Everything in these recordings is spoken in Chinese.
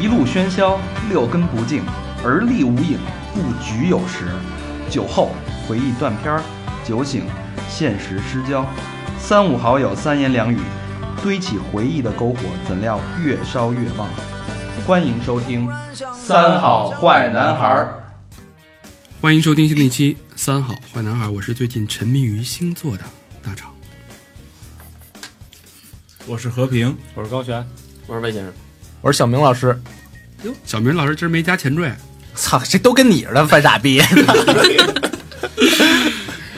一路喧嚣，六根不净，而立无影，不局有时。酒后回忆断片儿，酒醒现实失焦。三五好友三言两语，堆起回忆的篝火，怎料越烧越旺。欢迎收听《三好坏男孩儿》。欢迎收听新的一期《三好坏男孩》，我是最近沉迷于星座的大厂。我是和平，我是高璇，我说魏先生，我是小明老师。哟，小明老师今儿没加前缀。操，这都跟你似的，犯傻逼。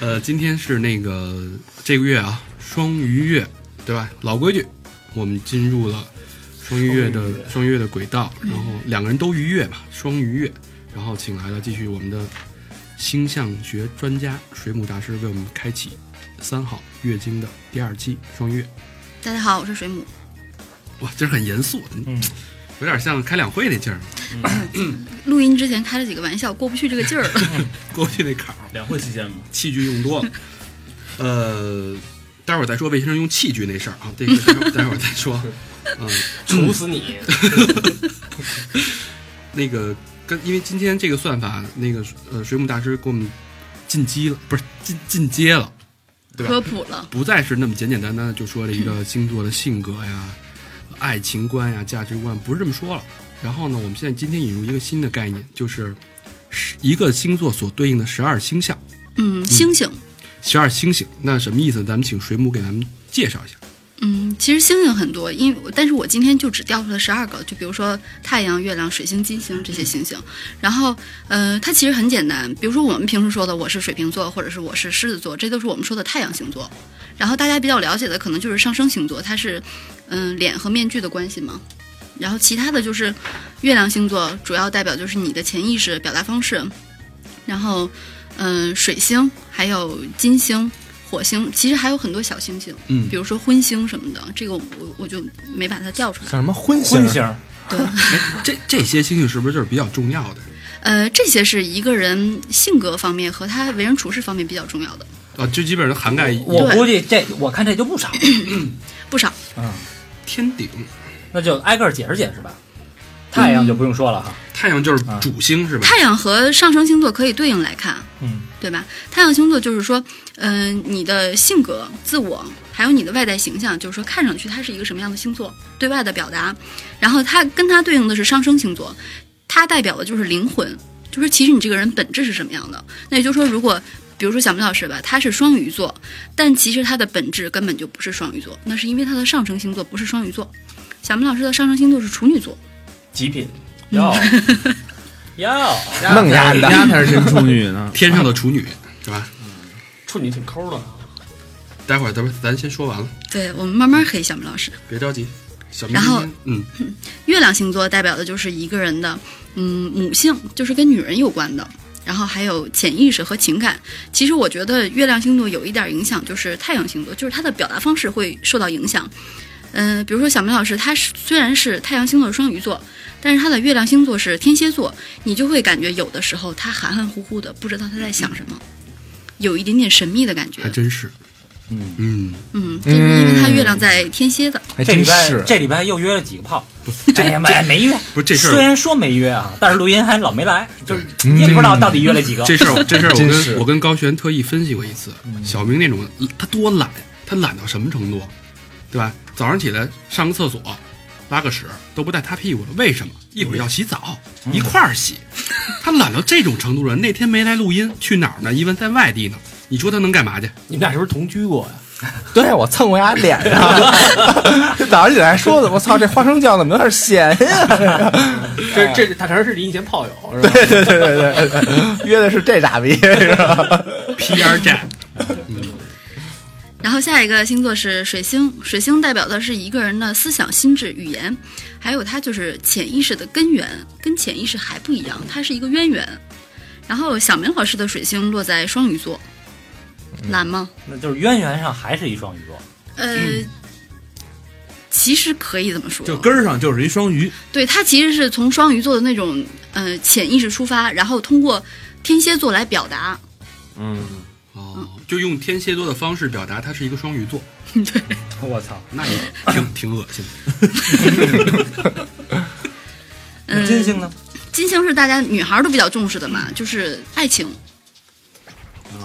呃，今天是那个这个月啊，双鱼月，对吧？老规矩，我们进入了双鱼月的嗯双鱼月的轨道，然后两个人都愉悦嘛，双愉悦，然后请来了继续我们的星象学专家水母大师为我们开启三好月经的第二期双鱼月。大家好，我是水母。哇，今儿很严肃，嗯，有点像开两会那劲儿，录音之前开了几个玩笑，过不去这个劲儿了。过不去那坎儿。两会期间嘛，器具用多了。呃，待会儿再说魏先生用器具那事儿啊，这个待 会儿待会儿再说。嗯、处死你！ 那个跟因为今天这个算法，那个呃水母大师给我们进击了，不是进进阶了， 对吧科普了，不再是那么简简单单的就说了一 个星座的性格呀、爱情观呀、价值观，不是这么说了。然后呢，我们现在今天引入一个新的概念，就是十一个星座所对应的十二星象。嗯，星星，十二星星，那什么意思？咱们请水母给咱们介绍一下。嗯，其实星星很多，因为但是我今天就只调出了十二个，就比如说太阳、月亮、水星、金星这些星星。然后，呃，它其实很简单，比如说我们平时说的我是水瓶座，或者是我是狮子座，这都是我们说的太阳星座。然后大家比较了解的可能就是上升星座，它是嗯、脸和面具的关系嘛。然后其他的就是月亮星座，主要代表就是你的潜意识表达方式。然后，嗯、水星还有金星、火星，其实还有很多小星星。嗯比如说婚星什么的，这个我我就没把它调出来。像什么婚婚星这这些星星是不是就是比较重要的呃，这些是一个人性格方面和他为人处事方面比较重要的，啊？就基本上涵盖一我对估计这我看这就不少，不少。天顶，那就挨个儿解释解释吧。太嗯阳就不用说了哈，太阳就是主星、是吧？。太阳和上升星座可以对应来看，嗯，对吧？太阳星座就是说，嗯、你的性格、自我，还有你的外在形象，就是说看上去他是一个什么样的星座，对外的表达。然后它跟它对应的是上升星座，它代表的就是灵魂，就是其实你这个人本质是什么样的。那也就是说，如果比如说小明老师吧，他是双鱼座，但其实他的本质根本就不是双鱼座，那是因为他的上升星座不是双鱼座。小明老师的上升星座是处女座，极品， 哟哟，弄丫的，丫才是真处女呢 天上的处女是吧？处女挺抠的啊。待会儿咱们咱先说完了，对我们慢慢黑小明老师。别着急。小明然今后天，嗯，月亮星座代表的就是一个人的，嗯，母性，就是跟女人有关的。然后还有潜意识和情感。其实我觉得月亮星座有一点影响，就是太阳星座，就是它的表达方式会受到影响。嗯、比如说小明老师，他是虽然是太阳星座是双鱼座，但是他的月亮星座是天蝎座，你就会感觉有的时候他含含糊糊的，不知道他在想什么，有一点点神秘的感觉还。真是，嗯嗯，嗯，就是因为他月亮在天蝎的。还这真礼拜是。这礼拜又约了几个炮，哎呀没没约，不是这事虽儿，然说没约啊，但是录音还老没来，就是嗯你也不知道到底约了几个。这事儿，这事儿我真是跟我跟高璇特意分析过一次，嗯小明那种他多懒，他懒到什么程度，对吧？早上起来上个厕所，拉个屎都不带擦屁股的，为什么？一会儿要洗澡，一块儿洗。他懒到这种程度了。那天没来录音，去哪儿呢？一问在外地呢。你说他能干嘛去？你们俩是不是同居过呀？对，我蹭过丫脸上。这 早上起来还说的，我操，这花生酱怎么有点咸呀？这这大成是你以前炮友是吧？对对对对对，约的是这傻逼，是吧？ PR 站，然后下一个星座是水星，水星代表的是一个人的思想、心智、语言，还有他就是潜意识的根源，跟潜意识还不一样，它是一个渊源。然后小明老师的水星落在双鱼座，难吗？那就是渊源上还是一双鱼座，呃，其实可以这么 说，就根儿上就是一双鱼，对他其实是从双鱼座的那种呃潜意识出发，然后通过天蝎座来表达。哦，就用天蝎座的方式表达，他是一个双鱼座，我操，那也挺挺恶心的。嗯，金星呢？金星是大家女孩儿都比较重视的嘛，就是爱情。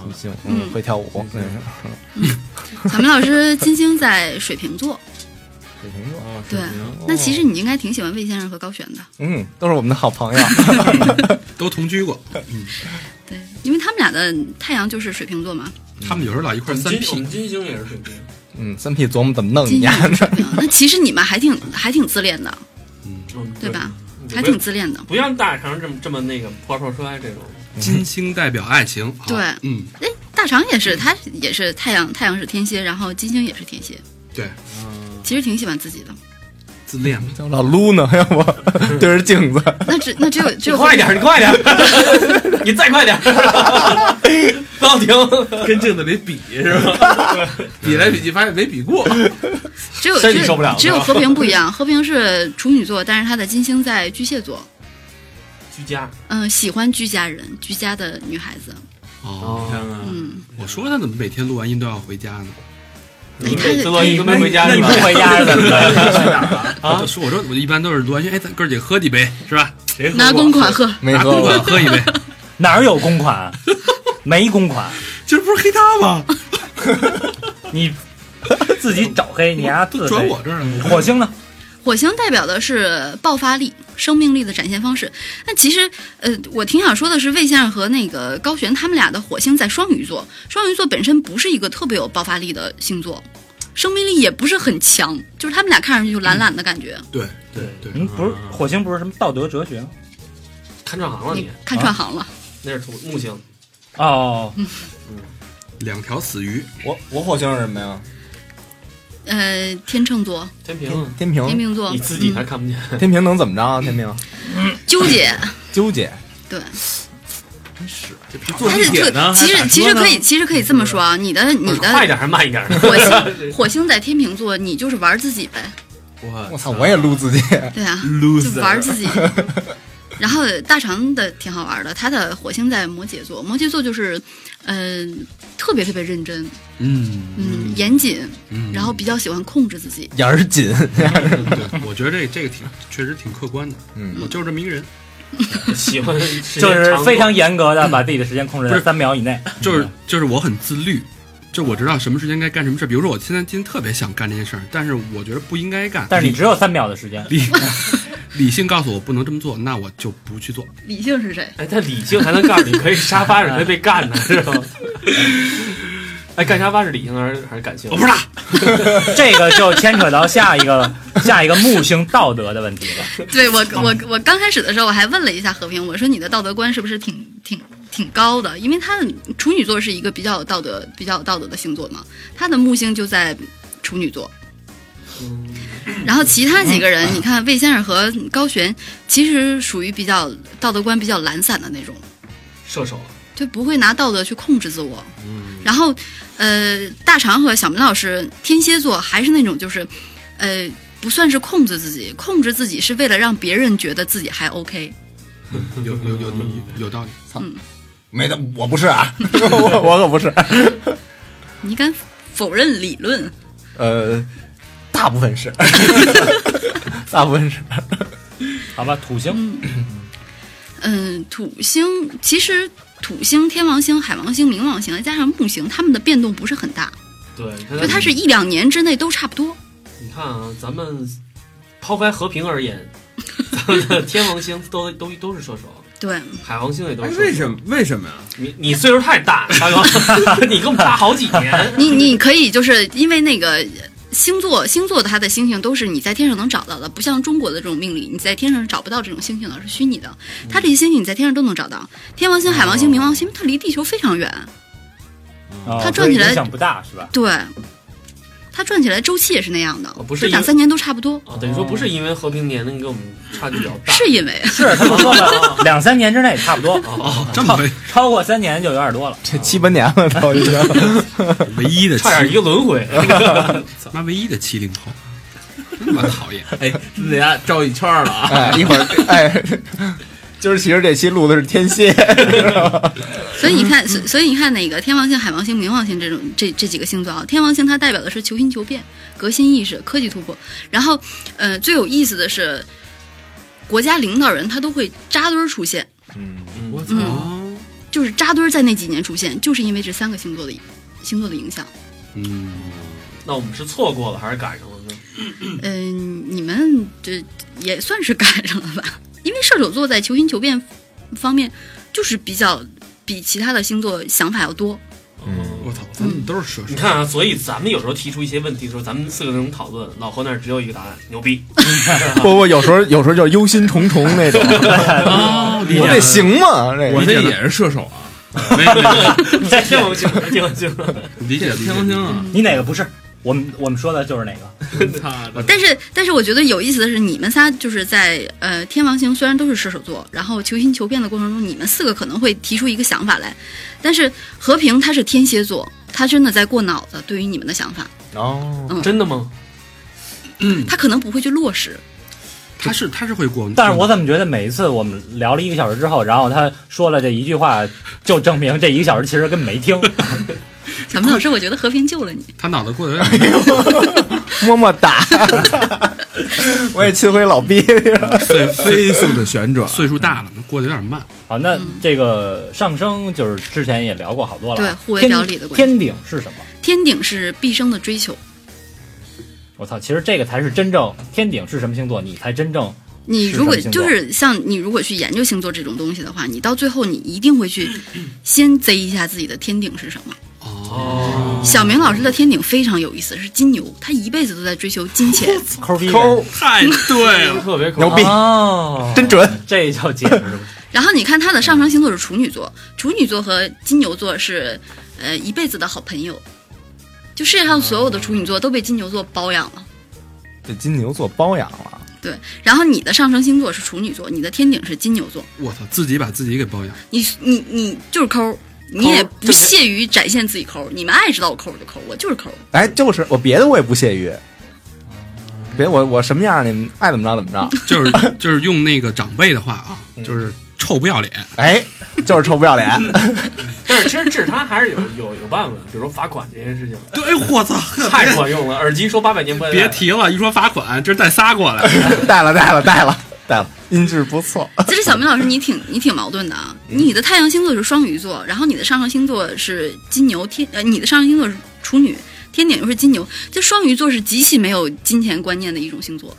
不行，嗯会跳舞，嗯小明老师，金星在水瓶座，水瓶座，哦，对水瓶，那其实你应该挺喜欢魏先生和高璇的，嗯，都是我们的好朋友， 都同 居过，嗯对，因为他们俩的太阳就是水瓶座嘛，他们有时候老一块儿三 P，金星也是水瓶，嗯，三屁琢磨怎么弄金你星呀？就是水瓶，那其实你们还挺还挺自恋的，嗯，对吧？对？还挺自恋的。不像大肠这么这么那个破破摔这种，金星代表爱情，好对嗯，哎，大肠也是，他也是太阳，太阳是天蝎，然后金星也是天蝎，对，其实挺喜欢自己的。自恋嘛， 叫老撸呢，要不对着镜子，那只那只有只有快点，你快点， 你再快点， 高停，跟镜子里比嗯是吧？ 比来比去发现没比过，只有身只体受不了有了只有和平不一样，和平是处女座，但是他的金星在巨蟹座，居家嗯，喜欢居家人，居家的女孩子，哦，哦，看看嗯，我说他怎么每天录完音都要回家呢？哎，他这乐意都没回家那是你吧不？回家是怎么着？我说我说我一般都是录完音，哎，咱哥儿姐喝几杯是吧？谁嗯拿公款喝，没拿喝公过款，喝一杯，哪儿有公款？没公款，今儿不是黑他吗？你自己找黑，你丫自转黑。我这儿了，火星呢？火星代表的是爆发力、生命力的展现方式。那其实，呃，我挺想说的是，魏先生和那个高璇他们俩的火星在双鱼座，双鱼座本身不是一个特别有爆发力的星座，生命力也不是很强，就是他们俩看上去就懒懒的感觉。对对对，嗯，不是火星，不是什么道德哲学吗看转行了你你，看串行了，那是土木星，哦，两条死鱼，我我火星是什么呀？呃，天秤座、天平，天天天平，秤座，哦你自己嗯还看不见，天平能怎么着啊？天平纠结，纠结，对，坐他地是铁呢，特其实其实可以其实可以这么说啊，你的 你的快点还是慢一点？火星火星在天秤座，你就是玩自己呗，我我操，我也撸自 己，对啊，就 loser 玩自己。然后大肠的挺好玩的，他的火星在摩羯座，摩羯座就是，嗯、特别特别认真，嗯，嗯，严谨，嗯然后比较喜欢控制自己。眼儿紧，对，我觉得这这个挺确实挺客观的，嗯我就是这么一个人，喜 欢就是非常严格的把自己的时间控制在三秒以内。嗯就是就是我很自律，就我知道什么时间该干什么事儿。比如说我现在今天特别想干这件事儿，但是我觉得不应该干，但是你只有三秒的时间，理理性告诉我不能这么做，那我就不去做。理性是谁？哎，但理性还能告诉你，可以沙发上还被干呢，是吧？ 哎，干沙发是理性还是还是感性？我不知道，这个就牵扯到下一个下一个木星道德的问题了。对我我我刚开始的时候我还问了一下和平，我说你的道德观是不是挺挺挺高的？因为他的处女座是一个比较有道德比较有道德的星座嘛，他的木星就在处女座。然后其他几个人，你看魏先生和高璇，其实属于比较道德观比较懒散的那种。射手，就不会拿道德去控制自我。然后，呃，大肠和小明老师，天蝎座还是那种就是，呃，不算是控制自己，控制自己是为了让别人觉得自己还 OK。有有有有有道理。没的，我不是啊， 我我可不是，你敢否认理论？呃，大部分 是，大部分是，好吧，土星嗯，土星其实土星、天王星、海王星、冥王星，再加上木星，它们的变动不是很大，对，你就看它是一两年之内都差不多。你看啊，咱们抛开和平而言，咱们的天王星都都都是射手，对，海王星也都哎是射手。为什么？为什么呀？你你岁数太大，大哥， 你跟我们大好几年。你你可以就是因为那个星座，星座的它的星星都是你在天上能找到的，不像中国的这种命理，你在天上找不到这种星星的，是虚拟的。它这些星星你在天上都能找到，天王星、海王星、冥王星，它离地球非常远，哦它转起来所以影响不大是吧？对，它转起来周期也是那样的哦，不是就因两为三年都差不多，啊，等于说不是因为和平年龄跟我们差距比较大，是因为啊是他们说了两三年之内差不多，哦，这么回超过三年就有点多了。这七八年了都已经， 唯一的七差点一个轮回。妈唯一的七零后，真他妈讨厌。哎，自己家绕一圈了啊！哎，一会儿，哎，今儿其实这期录的是天蝎，所以你看，所所以你看那个天王星、海王星、冥王星这种这这几个星座啊，天王星它代表的是求新求变、革新意识、科技突破。然后，呃，最有意思的是，国家领导人他都会扎堆儿出现，嗯，哦我操！嗯就是扎堆儿在那几年出现，就是因为这三个星座的星座的影响。嗯，那我们是错过了还是赶上了呢？嗯，你们这也算是赶上了吧？因为射手座在求新求变方面，就是比较比其他的星座想法要多。嗯我操，咱们都是射 你手，看啊，所以咱们有时候提出一些问题的时候，咱们四个能讨论，老何那儿只有一个答案，牛 逼。不不，有时候有时候就是忧心忡忡那 种，哦，理我解得行吗？这我个那也是射手啊，没没没你这听不清，听不清。理解理天解王星啊，你哪个不是？我们我们说的就是哪个？他的但是，但是我觉得有意思的是，你们仨就是在呃天王星虽然都是射手座，然后求新求变的过程中，你们四个可能会提出一个想法来，但是和平他是天蝎座，他真的在过脑子，对于你们的想法，哦，真的吗？他可能不会去落实。他是他是会过，但是我怎么觉得每一次我们聊了一个小时之后，然后他说了这一句话，就证明这一个小时其实根本没听。嗯小明老师，我觉得和平救了你。他脑子过得有点么么哒， 我也亲回老 逼，飞飞速的旋转，岁数大了，过得有点慢。好，那这个上升就是之前也聊过好多了啊，对互为天表里的关系天顶是什么？天顶是毕生的追求，我操，其实这个才是真正天顶是什么星座，你才真正你是如果什么星就座是像你如果去研究星座这种东西的话，你到最后你一定会去先贼一下自己的天顶是什么。哦，小明老师的天顶非常有意思，是金牛，他一辈子都在追求金钱。抠逼抠 太对了，特别可牛逼，哦，真准，这就解释了。然后你看他的上升星座是处女座，处女座和金牛座是呃一辈子的好朋友。就世界上所有的处女座都被金牛座包养了。这金牛座包养了，对，然后你的上升星座是处女座，你的天顶是金牛座， 我操，自己把自己给包养。你你你就是抠，你抠也这不个屑于展现自己抠，你们爱知道我抠我就抠，我就是抠。哎，就是我别的我也不屑于，别我我什么样，你们爱怎么着怎么 着，就是就是用那个长辈的话啊，就是臭不要脸。哎，就是臭不要 脸，但是其实治他还是有有有办法，比如说罚款这件事情对，我操，太管用了。耳机说八百年不别提了，一说罚款，这是带仨过来。带了带了带了带了，音质不错，其实小明老师，你挺你挺矛盾的啊。你的太阳星座是双鱼座，然后你的上升星座是金牛，天呃，你的上升星座是处女，天顶又是金牛。这双鱼座是极其没有金钱观念的一种星座。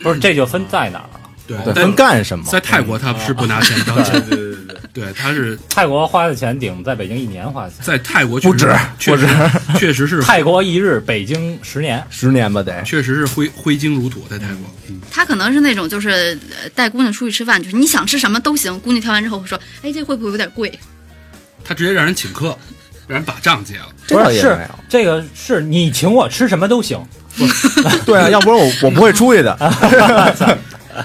不是，这就分在哪儿啊？对对，但分干什么？在泰国他是不拿钱当对钱，对对对对，对，他是泰国花的钱顶在北京一年花的钱，在泰国确不实止确不止实确实是泰国一日，北京十年。十年吧得，确实是挥挥金如土，在泰国。嗯他可能是那种就是呃带姑娘出去吃饭，就是你想吃什么都行。姑娘挑完之后会说，哎，这会不会有点贵？ 他直接让人请客，让人把账结了。这倒不是也是没有。这个是你请我吃什么都行，对啊，要不然我我不会出去 的。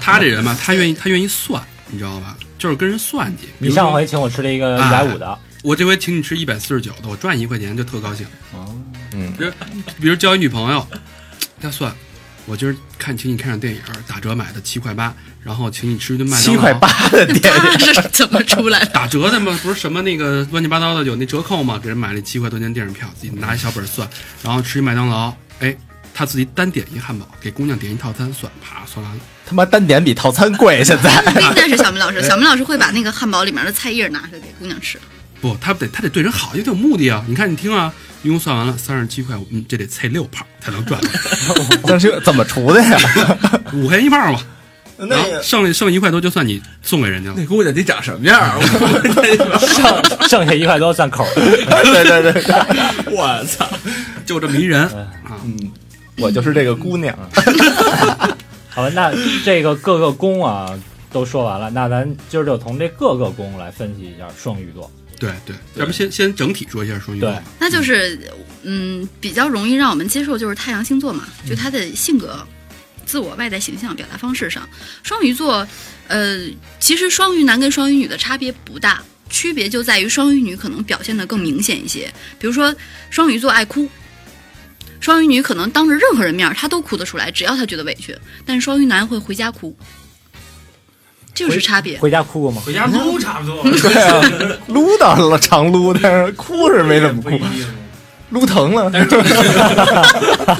他这人吧，他愿意他愿意算，你知道吧？就是跟人算计。比你如说上回请我吃了一个一百五啊的，我这回请你吃一百四十九的，我赚一块钱就特高兴。嗯，比如比如交一女朋友，他算，我今儿看请你看场电影，打折买的七块八，然后请你吃顿麦当劳，七块八的店，他啊 是怎么出来 的？打折的嘛，不是什么那个乱七八糟的有那折扣嘛，给人买了七块多钱电影票，自己拿一小本算，然后吃一麦当劳，哎，他自己单点一汉堡，给姑娘点一套餐，算，啪算完了，他妈单点比套餐贵，现在不应该是小明老师，小明老师会把那个汉堡里面的菜叶拿出来给姑娘吃。不，他得他得对人好，因为他有目的啊。你看你听啊，一共算完了三十七块，嗯，这得菜六泡才能赚但是怎么除的呀？ 五块钱一泡嘛，然那后剩下剩一块多就算你送给人家了那。姑娘得长什么样儿？ 我剩 剩下一块多算口儿。 对对对对，我操！就这么一人啊，我就是这个姑 娘。好，那这个各个宫啊都说完了，那咱今儿就从这各个宫来分析一下双鱼座。对对，要不先先整体说一下双鱼座对，那就是嗯，比较容易让我们接受就是太阳星座嘛，就他的性格、自我外在形象、表达方式上，双鱼座，呃，其实双鱼男跟双鱼女的差别不大，区别就在于双鱼女可能表现得更明显一些，比如说双鱼座爱哭。双鱼女可能当着任何人面儿她都哭得出来，只要她觉得委屈。但是双鱼男会回家哭，这就是差别。回家哭过吗？回家不差不多， 对啊，撸到了常撸，但是哭是没怎么哭不一。定。 撸疼了，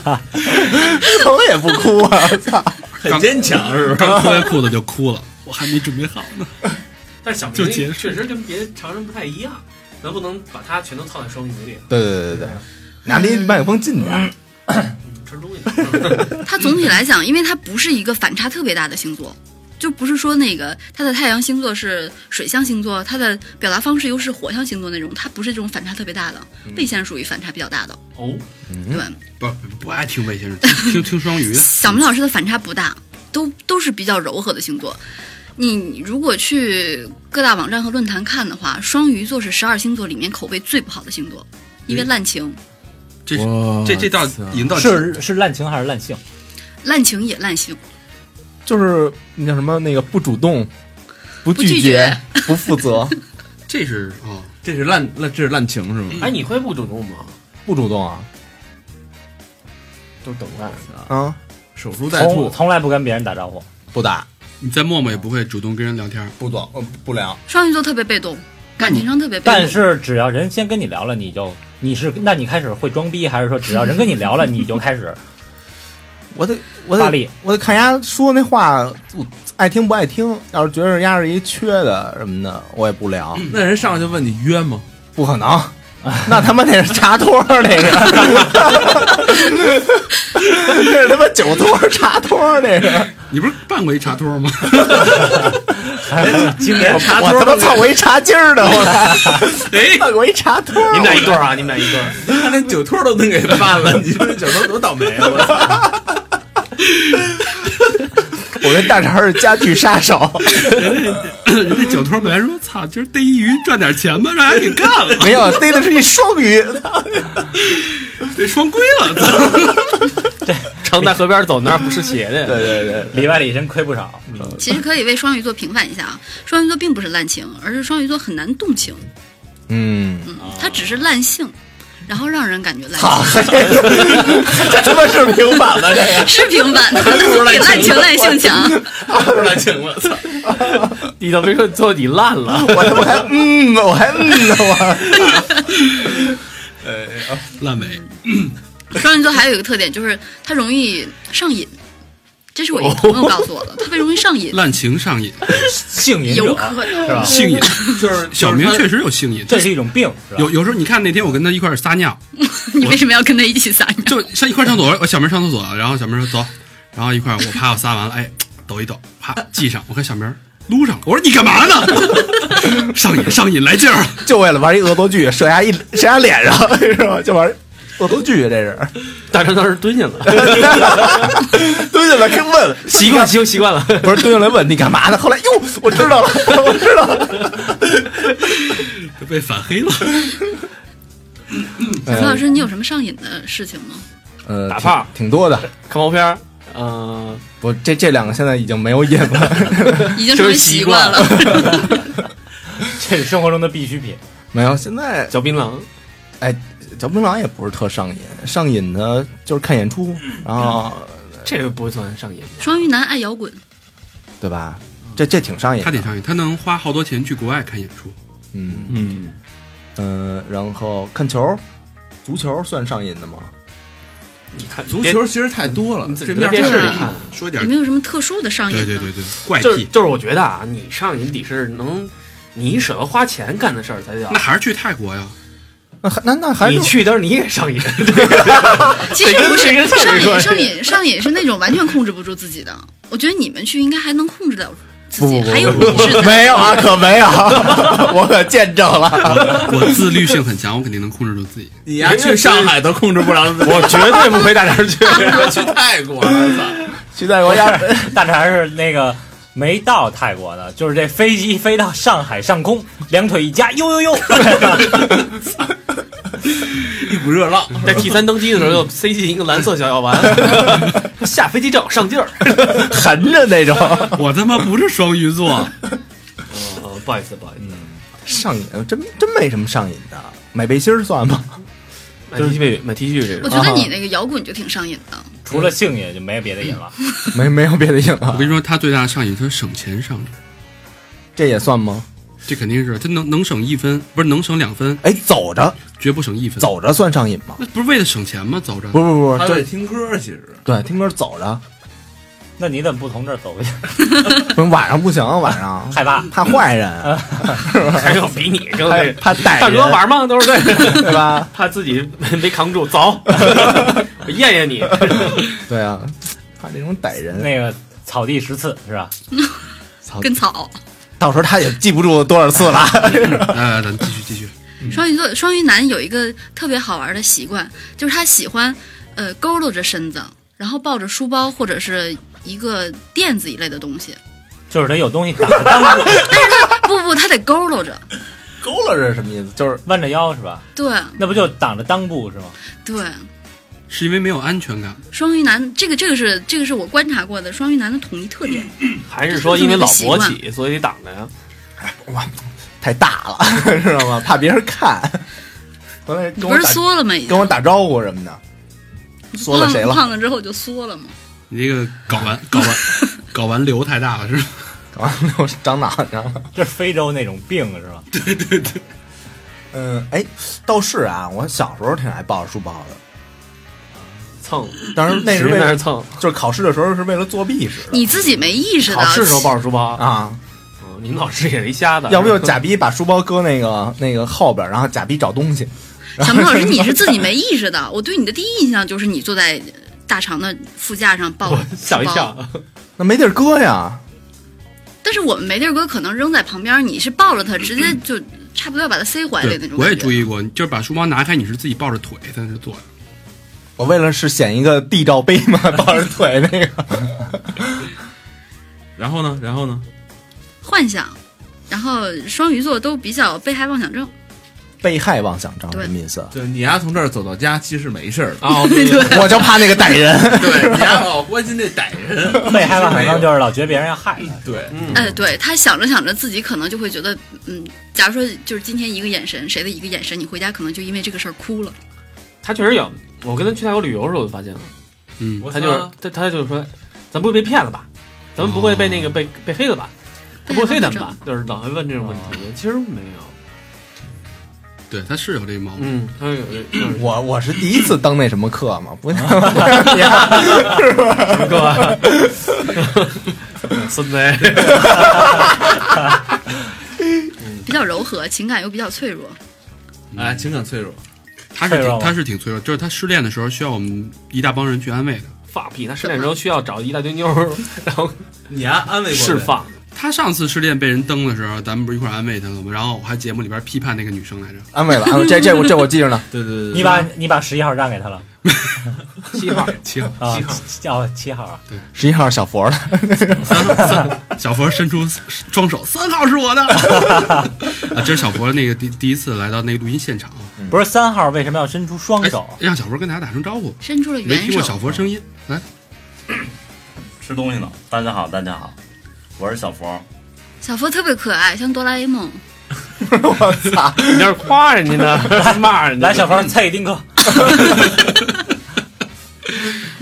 疼了也不哭啊！操，很坚强是吧？刚脱完裤子就哭了，我还没准备好呢。 但是小就明结那束确实跟别人常人不太一样，咱不能把它全都套在双鱼里，对对对对对，拿离麦克风近点儿，嗯吃东西。 它总体来讲，因为它不是一个反差特别大的星座，就不是说那个它的太阳星座是水象星座，它的表达方式又是火象星座那种，它不是这种反差特别大的。魏先生属于反差比较大的，哦，对吧，不不爱听魏先生，听听听双鱼的。 小明老师的反差不大，都都是比较柔和的星座。你如果去各大网站和论坛看的话，双鱼座是十二星座里面口碑最不好的星座，因为滥情，这这这道引导是是滥情还是滥性？滥情也滥性。就是那叫什么那个不主动、不拒拒绝、不负责、这是哦，这是滥滥这是滥情是吗？哎，你会不主动吗？不主动啊都等待。啊！哦守株待从兔，从来不跟别人打招呼，不打，你在陌陌也不会主动跟人聊天。不做，呃不聊。双鱼座特别被动，感情上特别被动。但是只要人先跟你聊了，你就你是那你开始会装逼，还是说只要人跟你聊了，你就开 始我得我发得力我得看丫说那话，我爱听不爱听。要是觉得丫是一缺的什么的，我也不聊，那人上来就问你约吗？不可能。那他妈那是茶托儿那个，那是他妈酒托儿茶托儿那个。你不是办过一茶托吗？经典？我他妈操过一茶筋儿的，我哎，操过一茶托儿。你们俩一对儿啊，你们俩一对儿。他连酒托都能给办了，你说这酒托多倒霉啊！我操我跟大肠是家具杀手，人家酒托本来说：“操，今儿逮一鱼赚点钱吧，让人给干 了，没有逮的是一双鱼，这双规了。操 常在河边走，那儿不是斜的。对对对，里外里真亏不少。嗯其实可以为双鱼座平反一下啊，双鱼座并不是滥情，而是双鱼座很难动情，嗯，嗯，它只是滥性，然后让人感觉滥操，情嘿这他妈是平反了，这个是平 反的，比滥情滥性强。不是滥情了，操！ 你倒别说最后你烂了， 我他妈还嗯，我还嗯呢，我”烂尾，双鱼座还有一个特点就是它容易上瘾，这是我一个朋友告诉我的，特别容易上 瘾，滥情上瘾，性瘾有者可能 是吧？性瘾。就是小明确实有性瘾，这是一种病，是吧？有有时候你看那天我跟他一块儿撒尿，你为什么要跟他一起撒 尿？就像一块儿上厕所，我小明上厕所，然后小明说走，然后一块儿我啪我撒完了，哎，抖一抖，啪系上，我看小明撸上了，我说你干嘛呢？ 上瘾上瘾来劲儿了，就为了玩一恶作剧，射牙一射牙脸上，是吧？就玩恶作剧，这是大成当时蹲下了， 蹲下来跟问，习惯修习惯了。 不是蹲下来问你干嘛呢？后来哟， 我知道了，我知道了， 就被反黑了。小崔老师，你有什么上瘾的事情吗？呃，打炮挺挺多的，看毛片儿，嗯，不，这这两个现在已经没有瘾了， 已经成为习惯了。 这是生活中的必需品。没有，现在嚼槟榔，哎，嚼槟榔也不是特上瘾，上瘾的就是看演出，然后这个不算上瘾。双鱼男爱摇滚，对吧？这这挺上瘾 他的挺，上瘾，他能花好多钱去国外看演出。嗯嗯，嗯、呃然后看球，足球算上瘾的吗？你看足球其实太多了，这这面儿面电视里这看，说有点没有什么特殊的上瘾对呢？对对对，怪就是癖，就是我觉得啊，你上瘾得是能你舍得花钱干的事儿才叫那。还是去泰国呀？那还那那还你是去的时候你也上瘾，其实不这是跟这上跟瘾，上瘾上瘾是那种完全控制不住自己的。我觉得你们去应该还能控制到自不己，不不还有不理智不，的。没有啊，可 没有，我可见证 了。我自律性很强，我肯定能控制住自己。 你呀去上海都控制不了自己，我绝对不陪大家 去。我去泰国，我操！去泰国家，大肠是那个没到泰国呢，就是这飞机飞到上海上空，两腿一夹，呦呦呦，一股热浪，在 T 三登机的时候，又塞进一个蓝色小药丸，下飞机正好上劲儿。横着那种 我他妈不是双鱼座，哦，不好意思，不好意思，上瘾，真真没什么上瘾的。买背心儿算吗？ 买 T 恤，买 T 恤这我个。觉啊得你那个摇滚就挺上瘾的。 除了性瘾就没别的瘾了。没没有别的瘾我了跟，你说，他最大的上瘾，他省钱上瘾。这也算吗？这肯定是他能能省一分，不是能省两分，哎，走着绝不省一分。，走着算上瘾吗？那不是为了省钱吗？走着不是不是不他是，在这听歌，其实对听歌走着，那你怎么不从这儿走过去？不是晚上不行，啊晚 上害怕。怕坏人，还有 比你更怕那个。哎怕歹大人，哥玩吗？都是对， 对吧？怕自己没没扛住， 走，我验验你。对啊，怕这种歹人，那个草地十次是吧？操，跟草。到时候他也记不住多少次 了。 哎，咱继续继续。嗯双鱼座双鱼男有一个特别好玩的习惯，就是他喜欢呃佝偻着身子，然后抱着书包或者是一个垫子一类的东西。就是得有东西挡着当，不不，他得佝偻着。勾了这是什么意思？就是弯着腰是吧？对那不就挡着裆部是吗？对，是因为没有安全感，双鱼男这个这个是这个是我观察过的双鱼男的统一特点。还是说因为老勃起，所以挡着呀？太大了， 知道吗？怕别人看。刚才你跟不我是打缩了吗？已经跟我打招呼什么的，缩了谁胖了？胖了之后就缩了嘛。你这个睾丸睾丸睾丸瘤太大了，是吧？刚 我长哪上了？这是非洲那种病是吧？嗯，哎，倒是啊，我小时候挺爱抱着书包的。蹭，当时那是使劲为在那了，蹭。就是考试的时候是为了作弊使的。你自己没意识考到，试时候 抱着书包，啊，嗯你们老师也是一瞎子，要不就 假逼把书包搁那个那个后边，然后假逼找东西。小明老 师，你是自己没意识到。我对你的第一印象就是你坐在大长的副驾上抱我着吓我一书包 跳。。那没地儿搁呀，但是我们没地儿搁，可能扔在旁边，你是抱着它，直接就差不多要把它塞怀哎里那对，种。我也注。意过，就是把书包拿开，你是自己抱着腿在那坐着。我为了是显一个地罩杯嘛， 抱着腿那个。然后呢，然后呢，幻想，然后双鱼座都比较被害妄想症，被害妄想症对什么 意思？就是你丫从这儿走到家，其实没事儿啊，对我就怕那个歹人。对，你丫老关心这歹人，被害妄想症就是老觉得别人要害他，对，嗯哎，对他想着想着，自己可能就会觉得，嗯，假如说就是今天一个眼神，谁的一个眼神，你回家可能就因为这个事儿哭了。他确实有。我跟他去泰国旅游的时候，我就发现了，嗯，他就是他他就是说，咱不会被骗了吧？咱们不会被那个被被黑了吧？他不会黑咱们吧？就是老会问这种问题，哦其实没有。对，他是有这毛病。嗯，他有这 就是我我是第一次登那什么课嘛，不像哥吧？孙子，哎比较柔和，情感又比较脆弱。哎，情感脆弱，他是脆弱挺吗他是挺脆弱，就是他失恋的时候需要我们一大帮人去安慰他。放屁！他失恋之后需要找一大堆妞儿，然后你丫安慰过释没放。他上次失恋被人蹬的时候，咱们不是一块儿安慰他了吗？然后我还节目里边批判那个女生来着，安慰了，安慰这这我这我记着呢。对对对，你把你把十一号让给他了七号，七号啊？七哦七号啊，十一号小佛了，小佛伸出双手，三号是我的。啊，这是小佛那个第第一次来到那个录音现场，不是三号为什么要伸出双哎手？让小佛跟大家打声招呼，伸哎出了没援听过小手，佛声音，来，吃东西呢。大家好，大家好，我是小佛。小佛特别可爱，像哆啦 A 梦。我操！你这是夸人家 呢，骂人家。来，小芳，蔡一丁克，哎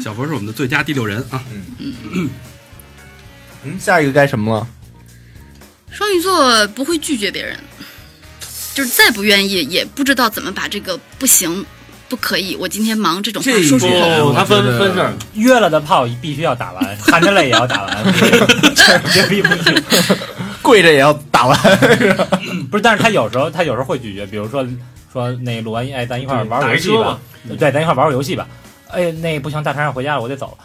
小佛是我们的最佳第六人啊。嗯，下一个该什么了？双鱼座不会拒绝别人，就是再不愿意也不知道怎么把这个不行、不可以，我今天忙这种话这一说出点口。不，他分分事儿。约了的炮必须要打 完，含着泪也要打完，绝逼不拒。跪着也要打完。嗯不是，但是他有时候他有时候会拒绝，比如说说那录完音，哎，咱一块儿玩会儿游戏打一车吧嘛，对，哎咱一块儿玩会儿游戏吧。哎，那不行，大长要回家了，我得走了。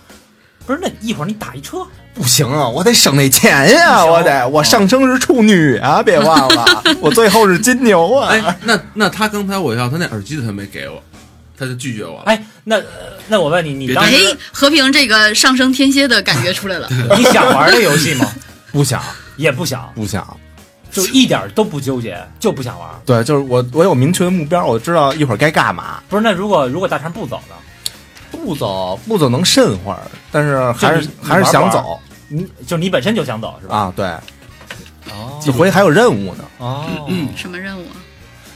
不是，那一会儿你打一车，不行啊，我得省那钱呀、行我得我上升是处女啊，别忘了，我最后是金牛啊。哎，那那他刚才我要他那耳机他没给我，他就拒绝我了。哎，那呃那我问你，你别当哎时，和平这个上升天蝎的感觉出来了。你想玩这游戏吗？不想也不想，不想，就一点儿都不纠结，就不想玩。对，就是我我有明确的目标，我知道一会儿该干嘛。不是，那如果如果大长不走呢？不走不走能慎会儿，但是还就是你你还是想玩不玩走你就你本身就想走是吧？啊。对，哦就回去还有任务呢，哦，什么任务啊？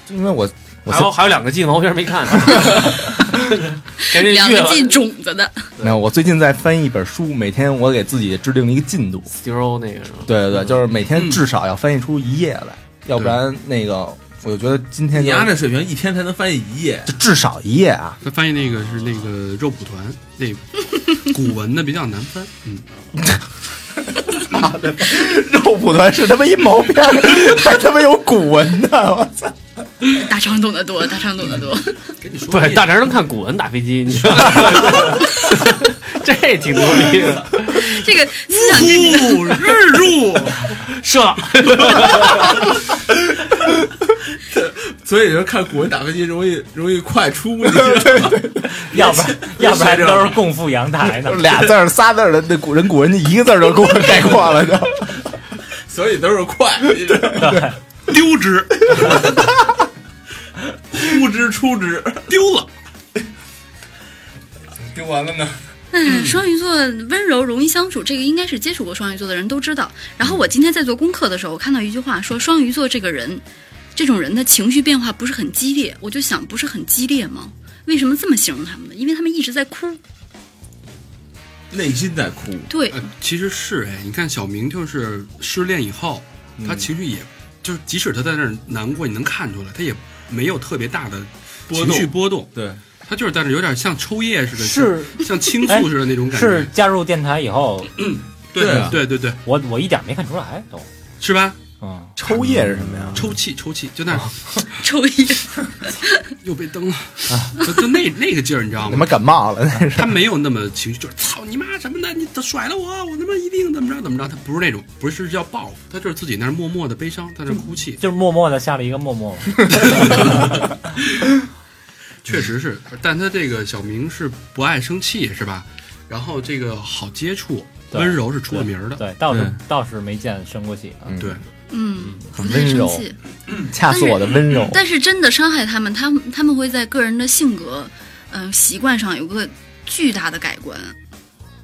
就因为我我还现有还有两个技能，我确实没 看。赶紧两越个了进种子的，没有我最近在翻一本书，每天我给自己制定了一个进度。 zero 那个是吧？对对对，就是每天至少要翻译出一页来。要不然那个我就觉得今天你就丫这水平一天才能翻译一页，就至少一页啊，他翻译那个是那个肉蒲团， 那古文的比较难翻。嗯，肉蒲团是他妈一毛片儿，还他妈有古文呢，我操！大肠懂得多，大肠懂得多。跟你说不是一大肠能看古文打飞机，你 说这挺牛逼的，这个思想真的，日入，射了。所以说看古文打飞机容易容易快出问题。 要不然要不然都是共赴阳台 呢就。是俩字儿、仨字儿的，那古人古人一个字儿就给我概括了，就所以都是快，你知道吗丢之，出之出之，丢了。丢完了呢。嗯，双鱼座温柔容易相处，这个应该是接触过双鱼座的人都知道。然后我今天在做功课的时候，我看到一句话说，双鱼座这个人，这种人的情绪变化不是很激烈。我就想，不是很激烈吗？为什么这么形容他们呢？因为他们一直在哭。内心在哭， 对，呃，其实是哎，你看小明就是失恋以后，他情绪也，就是即使他在那儿难过，你能看出来，他也没有特别大的波情动绪波动，对，他就是在那儿有点像抽噎似的，是像像倾诉似的那种感觉。哎是加入电台以后，对对啊对对对，我我一点没看出来都，是吧？嗯， 抽噎是什么呀？抽泣抽泣，就那儿啊抽烟，又被蹬了，啊就就那那个劲儿，你知道他吗妈？感冒了，那是他没有那么情绪，就是操你妈什么的，你甩了我，我他妈一定怎么着怎么着。他不是那种，不是叫报复，他就是自己那儿默默的悲伤，在那儿嗯哭泣。就是默默的下了一个默默。确实是，但他这个小明是不爱生气，是吧？然后这个好接触，对温柔是出了名儿的。对，倒是对倒是没见生过气啊。嗯对，嗯，不很太温生柔气。掐死我的温柔。但是真的伤害他们，他们他们会在个人的性格，嗯、习惯上有个巨大的改观。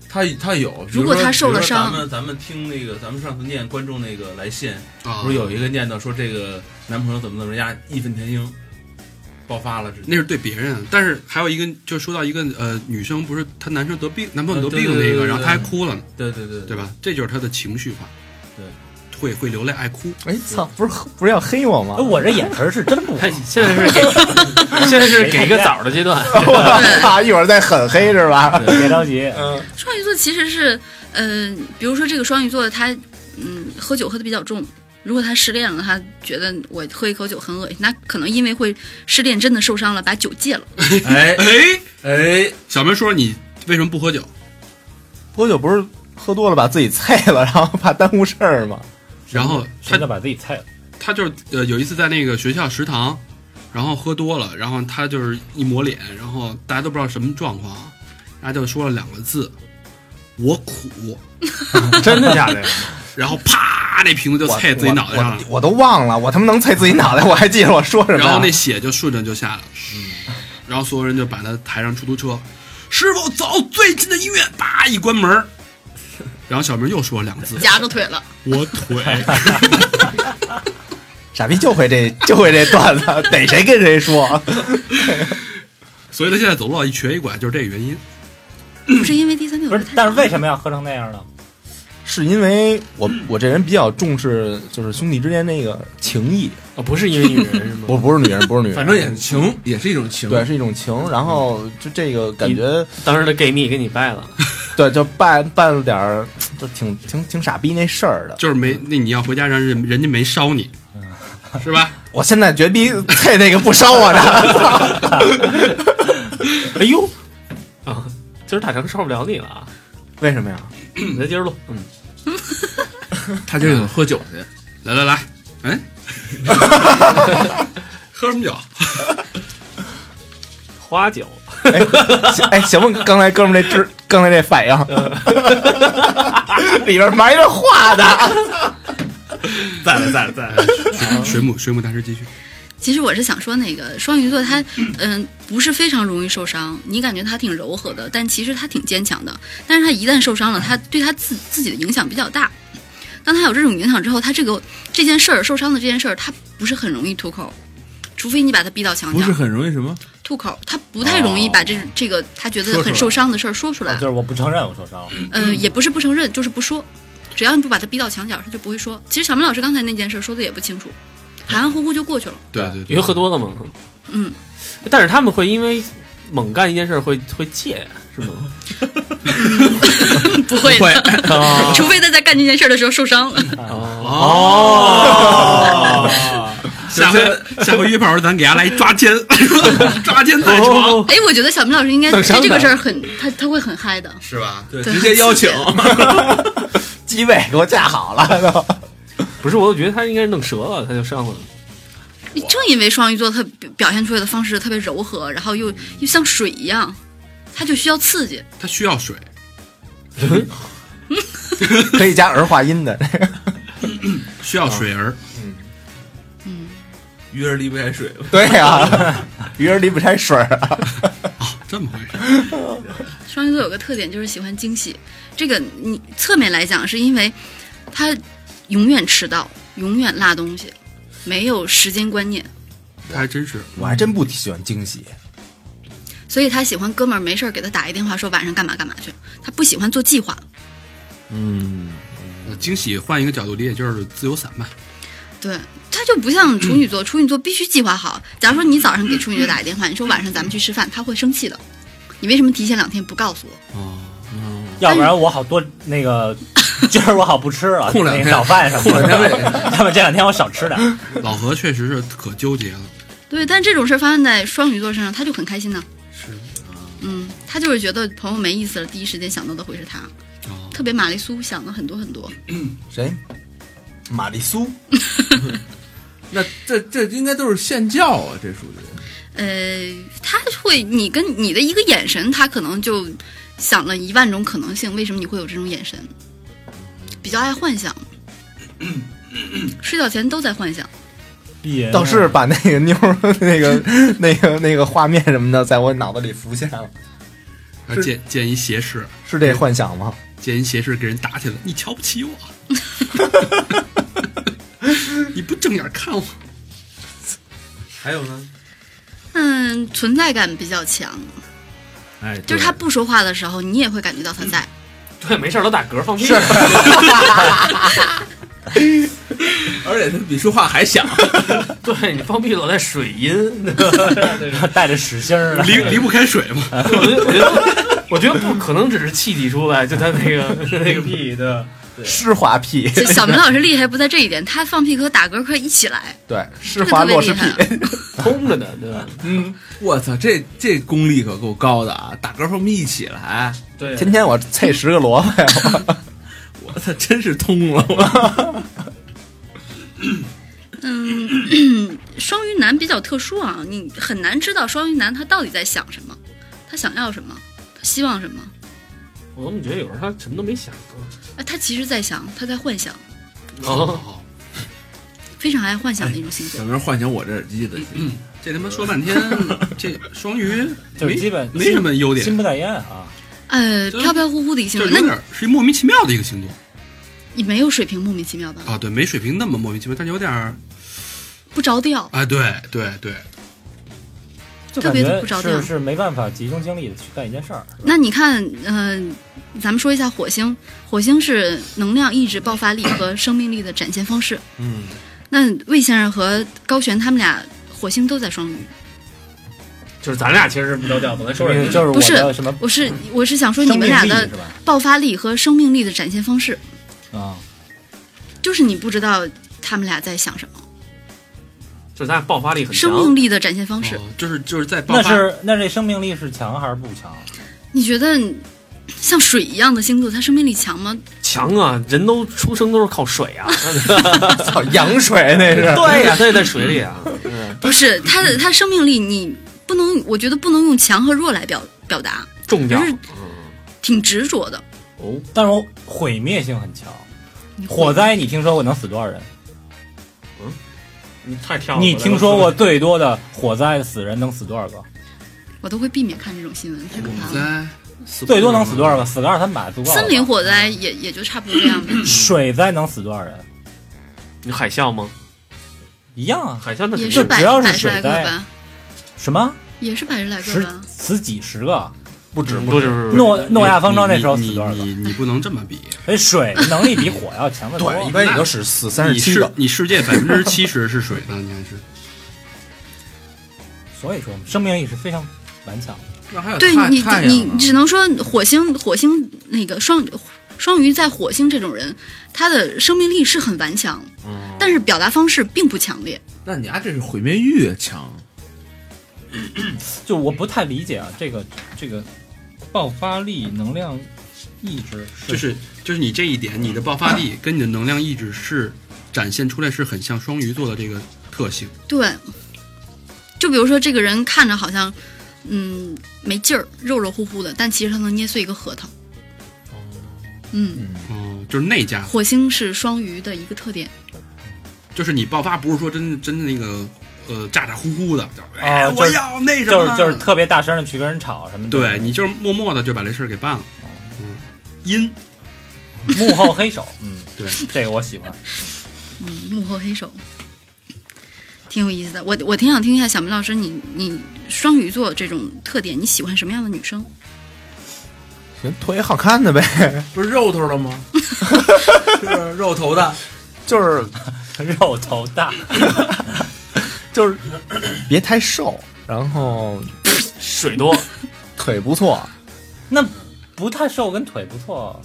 他他有。比如果说他受了比如说伤咱们咱们听那个，咱们上次念观众那个来信，啊，不是有一个念叨说这个男朋友怎么怎么样，义愤填膺，爆发了，直接那是对别人，啊但是还有一个，就说到一个呃，女生不是她男生得病，男朋友得病呃对那对个，对然后她还哭了呢，对对对对？吧？这就是她的情绪化，对，会会流泪爱哭。哎操，不是不是要黑我吗哎？我这眼神是真不好他哎现在 是给现在是给一个枣的阶段， 我操，一会儿再很黑是吧？别着急，双鱼座其实是，嗯、比如说这个双鱼座他，嗯，喝酒喝的比较重。如果他失恋了，他觉得我喝一口酒很恶心，那可能因为会失恋真的受伤了，把酒戒了。哎哎，哎，小明说你为什么不喝酒？喝酒不是喝多了把自己菜了，然后怕耽误事儿吗？然后她真的把自己菜了。他就是呃有一次在那个学校食堂，然后喝多了，然后他就是一抹脸，然后大家都不知道什么状况，然后就说了两个字：“我苦。真的假的？”然后啪，那瓶子就我啐自己脑袋上我了，我我都忘了，我他妈能啐自己脑袋，我还记得我说什么呀。 然后那血就顺着就下来了，嗯然后所有人就把他抬上出租车，师傅走，最近的医院，叭一关门儿，然后小明又说了两个字夹着腿了，：“我腿。傻逼就会这就会这段子，逮谁跟谁说。”所以他现在走路老一瘸一拐，就是这个原因。不是因为第三天不我是太，但是为什么要喝成那样呢？是因为我我这人比较重视，就是兄弟之间那个情谊，哦，不是因为女人是吗？不不是女人，不是女人， 反正也是情，也是一种情。对，是一种情。然后就这个感觉，当时的 gay 蜜给你掰了，对，就办办了点儿，就挺挺挺傻逼那事儿的。就是没嗯那你要回家让人人家没烧你，是吧？我现在绝逼配那个不烧我的，哎呦啊！今儿大成受不了你了啊！为什么呀？你再接着录，嗯，他就想喝酒去，来来来， 哎，喝什么酒？啊花酒，行哎，行不？刚才哥们儿这之，刚才这反应， 里边埋着话的。在了在了在了。啊水母水母大师继续。其实我是想说，那个双鱼座他，嗯、不是非常容易受伤。你感觉他挺柔和的，但其实他挺坚强的。但是他一旦受伤了，他对他自自己的影响比较大。当他有这种影响之后，他这个这件事儿受伤的这件事儿，他不是很容易吐口，除非你把他逼到墙不是角很容易什么？吐口，他不太容易把这、这个他觉得很受伤的事儿哦说出来。哦就是我不承认我受伤了。嗯、也不是不承认，就是不说。只要你不把他逼到墙角，他就不会说。其实小明老师刚才那件事说的也不清楚，含含糊糊就过 去了。对对因为对，喝多了嘛。嗯，但是他们会因为猛干一件事儿会会戒，是吗？不 会哦会的，除非他在干这件事儿的时候受伤了。哦，下回下回约炮时咱给他来一 抓奸，抓奸在哦床， 哦哎，我觉得小明老师应该等对伤这个感事儿很，他他会很嗨的。是吧？对，对直接邀请， 机位给我架好了都。不是，我觉得他应该是弄折了，他就上了。正因为双鱼座他表表现出来的方式特别柔和，然后又又像水一样，他就需要刺激。他需要水， 可以加儿化音的，需要水儿，嗯，鱼儿离不开水。 对啊呀、 鱼儿离不开水儿啊。这么回事？双鱼座有个特点就是喜欢惊喜，这个你侧面来讲是因为他永远迟到，永远落东西，没有时间观念，他还真是，我还真不喜欢惊喜，所以他喜欢哥们儿没事儿给他打一电话说晚上干嘛干嘛去，他不喜欢做计划。嗯呃惊喜换一个角度理解就是自由散漫，对，他就不像处女座，处女座必须计划好。假如说你早上给处女座打一电话，你说晚上咱们去吃饭，他会生气的。你为什么提前两天不告诉我？要不然我好多那个，今儿我好不吃了，空两那天个早饭什么的，要么这两天我少吃点儿。老何确实是可纠结了，对，但这种事儿发生在双鱼座身上，他就很开心呢。是嗯，他就是觉得朋友没意思了，第一时间想到的会是他，啊，特别玛丽苏想了很多很多。谁？玛丽苏，那这这应该都是现教啊，这属于呃，他会，你跟你的一个眼神，他可能就想了一万种可能性，为什么你会有这种眼神？比较爱幻想，睡觉前都在幻想。鄙人倒是把那个妞儿那 个那个那个画面什么的，在我脑子里浮现了。还见见啊一斜视，是这幻想吗？见一斜视给人打起来，你瞧不 起我，你不正眼看我，还有呢，嗯，存在感比较强，哎，就是他不说话的时候，你也会感觉到他在。对，没事儿都打嗝放屁。而且他比说话还响， 对你放屁老带水音，对带着屎星儿的， 离离不开水嘛，我觉得我觉得我觉得不可能只是气体出 来，就他那个那个屁，对吧，湿滑屁，就小明老师厉害不在这一点，他放屁和打嗝快一起来，对，湿这个滑特别落厉湿屁害。。通着呢，对吧？我操，这这功力可够高的啊！打嗝放屁一起来，对，天天我菜十个萝卜 呀，我操，真是通了我。嗯，双鱼男比较特殊啊，你很难知道双鱼男他到底在想什么，他想要什么，他希望什么。我怎么觉得有时候他什么都没想过？哎，他其实在想，他在幻想，哦，哦，非常爱幻想的一种星座小。明唤醒我这耳机的，这他妈说 半天，这双鱼就是基没本没什么优点心，不在焉啊。呃，就是飘飘忽忽的一个星就座，是那有你点是莫名其妙的一个星座你没有水平，莫名其妙吧？啊，对，没水平那么莫名其妙，但是有点儿，不着调，哎，对对对，就特感别觉不着调是是没办法集中精力去干一件事儿。那你看，嗯、咱们说一下火星，火星是能量、意志、爆发力和生命力的展现方式。嗯，那魏先生和高璇他们俩火星都在双鱼，就是咱俩其实是不着调，本来说是就是我不是的什么我是我是想说生你命们力俩的是吧？爆发力和生命力的展现方式，啊，就是你不知道他们俩在想什么，就是咱俩爆发力很生强，命力的展现方式。哦就是就是在爆那发，是那这生命力是强还是不强？你觉得像水一样的星座，它生命力强吗？强啊！人都出生都是靠水 啊，操，羊水那是。对呀，他也在水里啊。不是，它的它生命力你不能，我觉得不能用强和弱来表表达，重要不是挺执着的。哦，但是我毁灭性很强。你会火灾，你听说过能死多少人？你太跳了。你听说过最多的火灾死人能死多少个？我都会避免看这种新闻，太可怕了。在死最多能死多少个？死个二三百足够了吧。森林火灾也也就差不多这 样呗。水灾能死多少人？你海啸吗？一样啊，海啸那肯也定是就百只要是百十来水个灾吧，什么也是百十来个十吧。死几十个？不止不不是止，不是不是诺诺亚方舟那时候死你多少你个？你你不能这么比，哎，水能力比火要强得多。对，一般也就使死三你十七世个。你世界百分之七十是水呢，你还是所以说生命力是非常顽强的。那还有对太你太阳啊你呢只能说火星火星那个双双鱼在火星这种人，他的生命力是很顽强，嗯但是表达方式并不强烈。那你丫这是毁灭欲啊强，就我不太理解啊，这个这个爆发力、能量、意志 就是就是你这一点，你的爆发力跟你的能量意志是展现出来是很像双鱼座的这个特性。对，就比如说这个人看着好像嗯没劲儿，肉肉乎乎的，但其实他能捏碎一个核桃。嗯，哦嗯，就是内家，火星是双鱼的一个特点。就是你爆发不是说真真的那个呃咋咋呼呼的，哎，啊就我是要那什就么，是嗯就是特别大声的去跟人吵什么的。对你就是默默的就把这事儿给哦办了。嗯，阴幕后黑 手，嗯，对，这个我喜欢。 嗯，幕后黑手，挺有意思的。我我挺想听一下小明老师，你你双鱼座这种特点，你喜欢什么样的女生？人腿好看的呗，不是肉头的吗？是肉头的，就是肉头大，就是别太瘦，然后水多，腿不错，那不太瘦跟腿不错，啊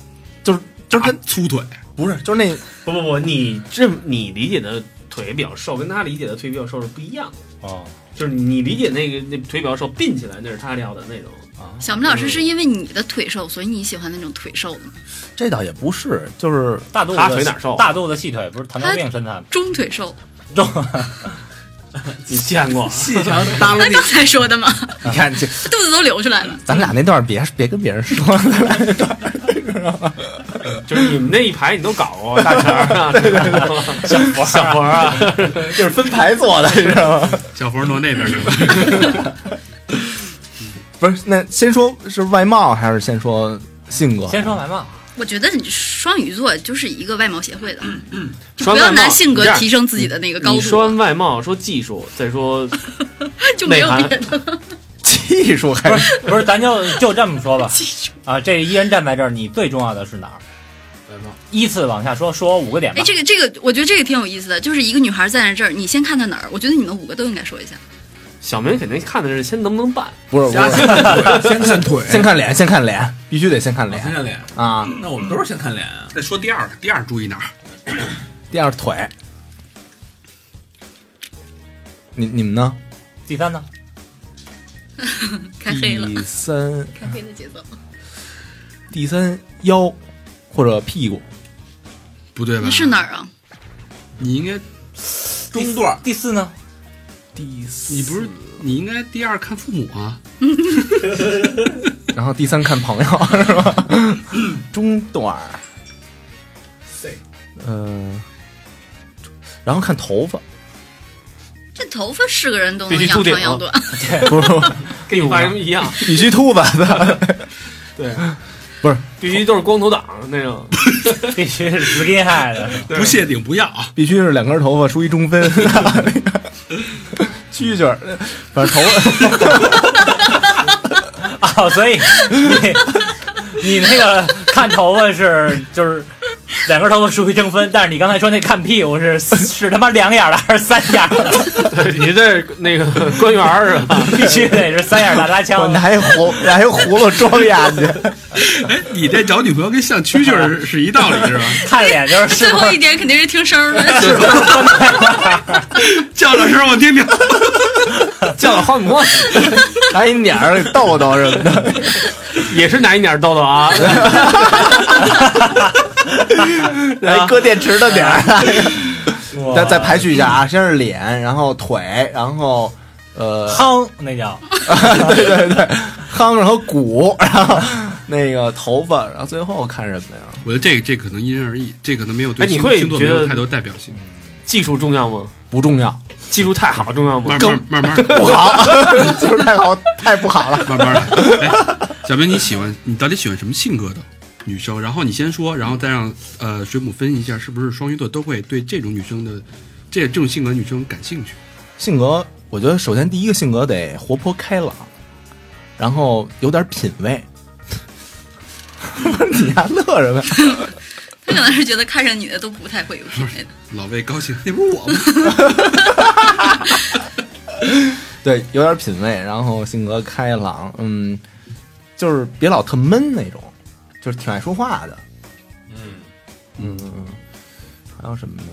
就是就是啊跟粗腿，不是就是那不不不，你这你理解的腿比较瘦，跟他理解的腿比较瘦是不一样的。哦就是你理解那个那腿比较瘦，并起来那是他料的那种。啊，小明老师是因为你的腿瘦，所以你喜欢那种腿瘦的这倒也不是，就是大肚子他腿哪儿瘦啊大肚子细腿不是糖尿病身材吗？中腿瘦，肉你见过？细长耷拉那 地刚才说的嗯嘛，你看这，哎肚子都流出来了。啊咱俩那段别别跟别人说，咱俩那段就是你们那一排你都搞过，大肠啊，小 佛小佛啊，就是分牌做的，你知道吗？小佛挪那边 去了。不是，那先说是外貌还是先说性格？先说外貌，我觉得你双鱼座就是一个外貌协会的，就双不要外貌拿性格你这样提升自己的那个高你说度，外貌，说技术，再说 就没有内涵别的，技术还是不是，咱就就这么说 吧技术。啊，这一人站在这儿，你最重要的是哪儿？依次往下说，说五个点吧哎，。这个这个，我觉得这个挺有意思的，就是一个女孩站在这儿，你先看她哪儿？我觉得你们五个都应该说一下。小明肯定看的是先能不能办，不是？不是，先看腿，先看脸，先看脸，必须得先看先脸看脸。啊！那我们都是先看脸 啊，再说第二个，第二注意哪儿？第二腿，你你们呢？第三呢？开黑了，第三，开黑的节奏。第三腰或者屁股，不对吧？那是哪儿啊？你应该，中段第四呢？ 第四你不是，你应该第二看父母啊。然后第三看朋友 是吧？中段儿，嗯、然后看头发，这头发是个人都能必须养哦秃顶长养短， 不是跟你发型一样，必须秃子 的，对，不是 必须都是光头党那种，必须是 skin high 的。不谢顶不要啊！必须是两根头发梳一中 分，蛐蛐儿，反正头发 哦，所以你你那个看头发是就是两根头发属于正分，但是你刚才说那看屁股是是他妈两眼儿的还是三眼儿的？对 你这那个官员儿是吧？必须得是三眼儿大拉管枪他。还胡还葫芦装下 去，哎，你这找女朋友跟像蛐蛐儿是一道理 是吧？看脸就是 最是不后是一点肯 定是听声儿的。叫两声我听听。叫了花木瓜，拿一鸟儿给逗逗什么 的，也是拿一点豆 豆啊，来搁电池的点儿。 哇再再排序一下啊，先是脸，然后腿，然后呃，夯那叫对对对，夯，然后骨，然后那个头发，然后最后看什么呀？我觉得这个这个可能因人而异，这可能没有对哎你星会星座没觉有得太多代表性。技术重要吗？不重要，技术太好重要吗慢？慢慢慢不 好，就是太好，太不好了。慢慢来。哎，小明，你喜欢你到底喜欢什么性格的女生？然后你先说，然后再让呃水母分析一下，是不是双鱼座都会对这种女生的这这种性格女生感兴趣？性格，我觉得首先第一个性格得活泼开朗，然后有点品位。 你还乐什么呀？他可能是觉得看着女的都不太会有品味的。老魏高兴，那不是我吗？ 对，有点品位，然后性格开朗，嗯，就是别老特闷那种，就是挺爱说话的。嗯嗯，还有什么呢？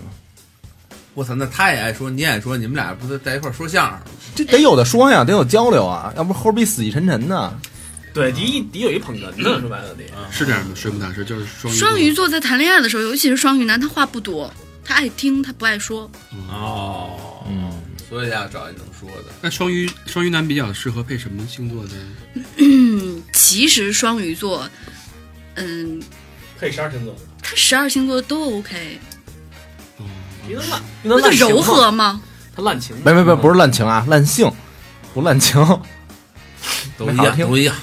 我操，那他也爱说，你也爱说，你们俩不是在一块儿说相声吗？这得有的说呀，得有交流啊，要不齁逼死气沉沉的。对，得得有一捧哏呢，说白了得。是这样的，水母大师就是双鱼座双鱼座在谈恋爱的时候，尤其是双鱼男，他话不多，他爱听，他不爱说。哦，嗯，所以要找一能说的。那双鱼双鱼男比较适合配什么星座的？嗯，其实双鱼座，嗯，配十二星座，他十二星座都 OK，你能烂，你不就能烂情吗柔，和吗？他烂情吗。没没没，不是滥情啊，滥性，不滥情。 都一没好样，听都一样。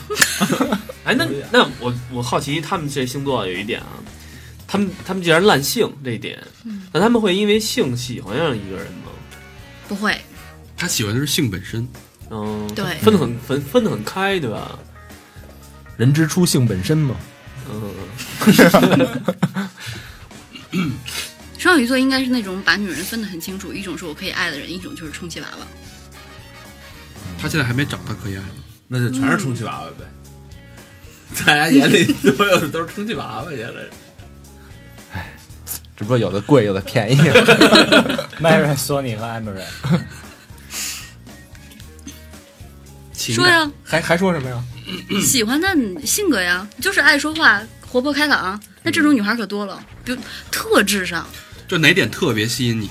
哎，那那我我好奇他们这些星座有一点啊，他们他们既然烂性这一点，嗯那他们会因为性喜欢上一个人吗？不会，他喜欢的是性本身，嗯，对分得很分分得很开，对吧？人之初，性本身嘛。嗯，双鱼座应该是那种把女人分得很清楚，一种是我可以爱的人，一种就是充气娃娃。他现在还没找到可以爱啊的。那就全是充气娃娃 呗。大家眼里都有都是充气娃娃，原来是只不过有的贵，有的便宜。 Mary 索尼和 Emery，情说感呀， 还还说什么呀？喜欢的性格呀，就是爱说话，活泼开朗。那这种女孩可多了，比如特质上，就哪点特别吸引你？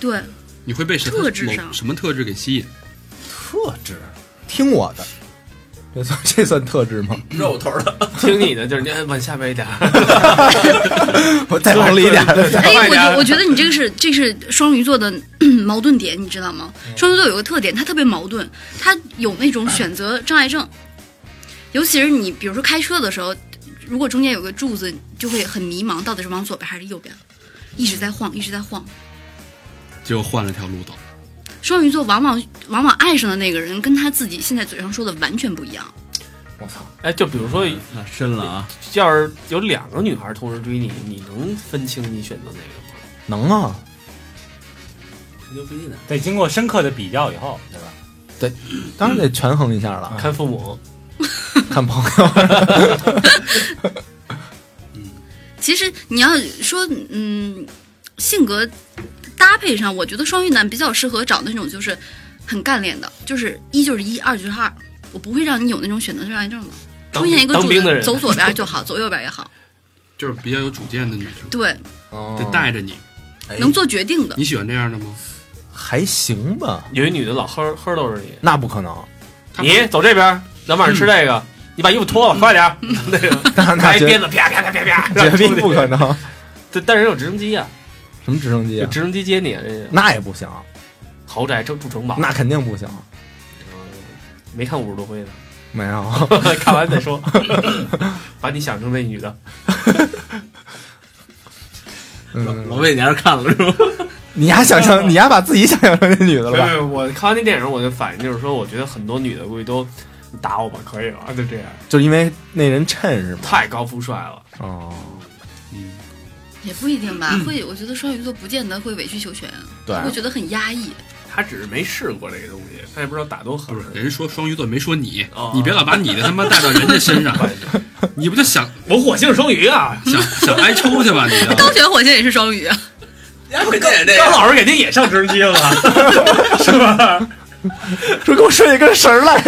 对，你会被什么特质上某什么特质给吸引？特质，听我的，这算这算特质吗？肉头的。听你的就是你哎往下边一点儿， 我再往里一 点，哎，我觉我觉得你这个是这是双鱼座的 咳矛盾点，你知道吗？双鱼座有个特点，他特别矛盾，他有那种选择障碍症，尤其是你比如说开车的时候，如果中间有个柱子，就会很迷茫，到底是往左边还是右边，一直在晃，一直在晃。结果换了条路走。双鱼座往往往往爱上的那个人，跟他自己现在嘴上说的完全不一样。我操，哎，就比如说，啊，深了啊！要是有两个女孩同时追你，你能分清你选择哪个吗？能啊，牛逼嗯呢？得经过深刻的比较以后，对吧？当然得权衡一下了，看父母，看 朋友。其实你要说，嗯，性格搭配上，我觉得双鱼男比较适合找那种就是很干练的，就是一就是一，二就是二，我不会让你有那种选择障碍症的。当出现一个当柱兵的子，人走左边就好，走右边也好，就是比较有主见的女生，对，得哦带着你。哎能做决定的。你喜欢这样的吗？还行吧，有一女的老呵呵都是你，那不可 能，他不你走这边，咱晚上吃这个， 你把衣服脱了，快点儿，那个嗯那拿那一绝鞭子啪啪啪啪啪， 绝让逼你出去不可。能，但但是有直升机啊，什么直升机有啊，直升机接你，啊，这那也不行，豪宅住住城堡，那肯定不行，没看五十多回呢， 没有， 看完再说，把你想成那女的，老嗯，魏，你还是看了是 吧？你还想 象，你还把自己想象成那女的没了吧？有，我看完那电影，我的反应就是说，我觉得很多女的估计都你打我吧，可以吧，就这样，就因为那人衬是吗？太高富帅了，哦，也不一定吧，会，我觉得双鱼座不见得会委曲求全，对他啊会觉得很压抑。他只是没试过这个东西，他也不知道打多狠不。是，人家说双鱼座没说你，哦你别老把你的他妈带到人家 身上，你不就想我火星双鱼啊，想想挨抽去吧？你啊 就高悬火星也是双鱼啊，不肯定也这样。张老师肯定也上直升机了，是吧？说给我顺一根绳儿来，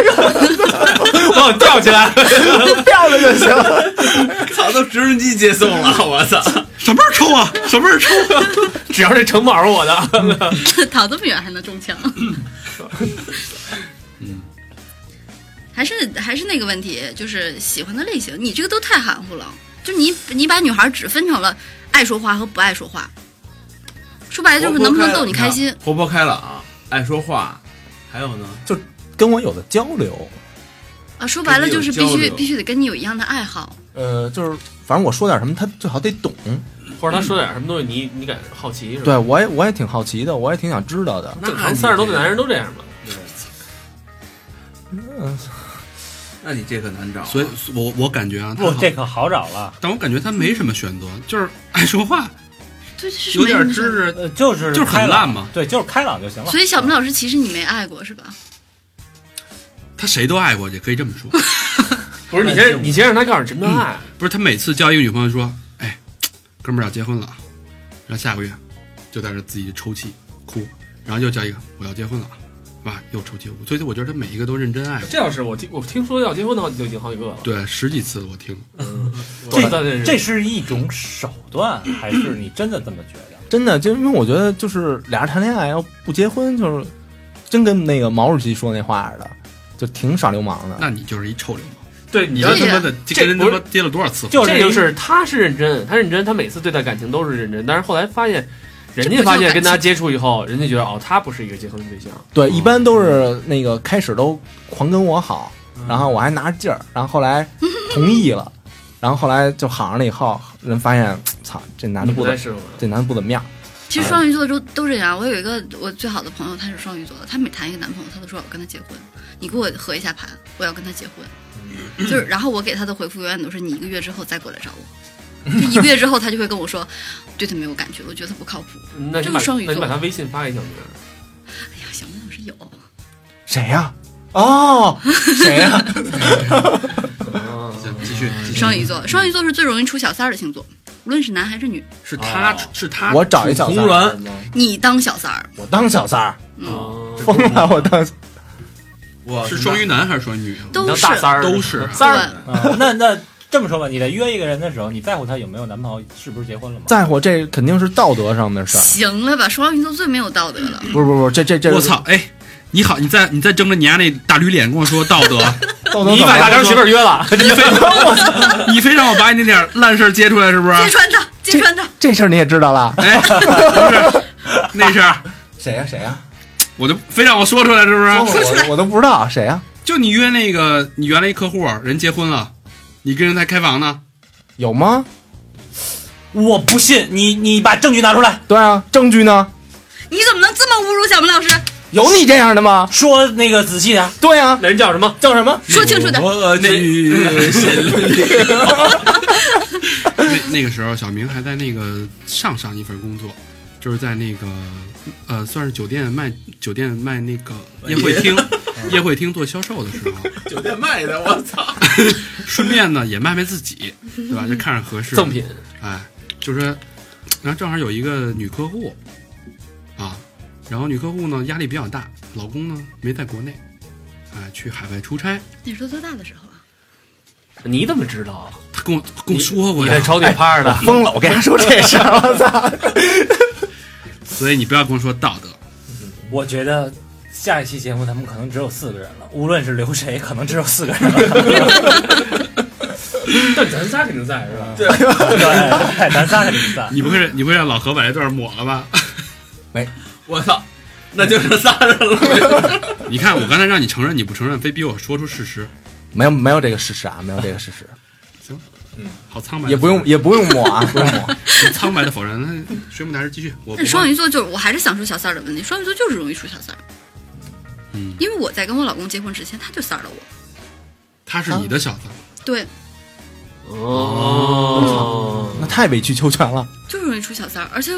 把我吊起来，吊着就行了。操，都直升机接送了，我操！什么时候抽啊？什么时候抽啊？只要这城堡是我的。 跑这么远还能中枪。嗯还是还是那个问题，就是喜欢的类型，你这个都太含糊了。就你你把女孩只分成了爱说话和不爱说话，说白了就是能不能逗你开心。活泼开朗，爱说话，还有呢？跟我有的交流，啊，说白了就是必跟你有交须流必须得跟你有一样的爱好。呃，就是反正我说点什么，他最好得懂。或者他说点什么东西，你你感好奇是吧？对我也我也挺好奇的，我也挺想知道的。正常三十多岁男人都这样嘛。那你这可难找啊，所以我我感觉啊，他不，好这可好找了。但我感觉他没什么选择，就是爱说话，对，这是有点没知什么事儿。识，呃，就是就是很开朗烂嘛对，就是开朗就行了。所以小明老师，其实你没爱过是吧？他谁都爱过去，可以这么说。不是你先你先让他告诉你什么叫爱，不是他每次交一个女朋友说，哎，哥们儿要结婚了啊，然后下个月就在这自己抽泣哭，然后又交一个我要结婚了啊，哇又抽泣哭，所以我觉得他每一个都认真爱过。这要是我听我听说要结婚的话，就已经好几个了。对，十几次了我听，我到底是这是一种手段，还是你真的这么觉得？真的，就因为我觉得就是俩人谈恋爱要不结婚，就是真跟那个毛主席说那话似的，就挺耍流氓的。那你就是一臭流氓。对你你要这要他个妈的跟人他妈接了多少次？就是这一就是他是认真，他认真，他每次对待感情都是认真，但是后来发现，人家发现跟他接触以后，人家觉得哦，他不是一个结婚的对象，对，一般都是那个开始都狂跟我好，然后我还拿着劲儿，然后后来同意了，然后后来就好上了以后，人发现，操，这男你的不不太怎，适合。这男的不怎么样。其实双鱼座都都这样。我有一个我最好的朋友，他是双鱼座的，他每谈一个男朋友，他都说我要跟他结婚，你给我合一下盘，我要跟他结婚。嗯就是，然后我给他的回复永远都是你一个月之后再过来找我。就一个月之后，他就会跟我说，对他没有感觉，我觉得他不靠谱。那你这把个双鱼那你把座他微信发给小明，哎呀，小明老师有，谁呀、哦，谁呀、 行继续，继续双鱼座，双鱼座是最容易出小三儿的星座，无论是男还是女，是他哦是他，我找一小三红儿鸾，你当小三儿，我当小三儿，啊嗯，疯了，我当。我是双鱼男还是双鱼女啊？都当是大三儿都是三儿，对啊 那那这么说吧，你在约一个人的时候，你在乎他有没有男朋友，是不是结婚了吗？ 在乎这肯定是道德上的事儿，行了吧？双鱼座最没有道德了。不是不是不是，这这这，我，操！哎，你好，你再你再睁着你家那大驴脸跟我说道德， 道德你怎么把大了张媳妇儿约 了，你非你非让我把你那点烂事儿揭出来，是嗯不是？揭穿他，揭穿他，这事儿你也知道了？哎，不是那事儿，谁呀、谁呀、我就非让我说出来，是不我是？我我都不知道啊谁呀、就你约那个你原来一客户，人结婚了，你跟人在开房呢，有吗？我不信，你你把证据拿出来，对啊，证据呢？你怎么能这么侮辱小明老师？有你这样的吗？说那个仔细点儿，对啊，那人叫什么？叫什么？说清楚点。我去，那那个时候小明还在那个上上一份工作，就是在那个呃，算是酒店卖酒店卖那个宴会厅宴会厅做销售的时候，酒店卖的，我操！顺便呢也卖卖自己，对吧？就看着合适赠品，哎，就是，然后正好有一个女客户，啊，然后女客户呢压力比较大，老公呢没在国内，哎，去海外出差，那时候多大的时候啊？你怎么知道？啊他跟我跟我说过你呀在，朝底趴着的，疯了！我跟他说这事儿，我操！所以你不要跟我说道德，我觉得。下一期节目咱们可能只有四个人了，无论是留谁，可能只有四个人了。 但咱仨肯定在是吧？对，对，咱仨肯定在。你不会你不会让老何把这段抹了吧？ 我操，那就是仨人了。你看我刚才让你承认，你不承认，非逼我说出事实， 没有没有这个事实啊，没有这个事实，好苍白，也不用也不用抹啊，不用抹。苍白的否认。那水母大师继续，我但双鱼座就是，我还是想说小三儿的问题。双鱼座就是容易出小三儿，嗯，因为我在跟我老公结婚之前，他就三儿了我。他是你的小子，对，哦， 那太委曲求全了。就是容易出小三儿，而且，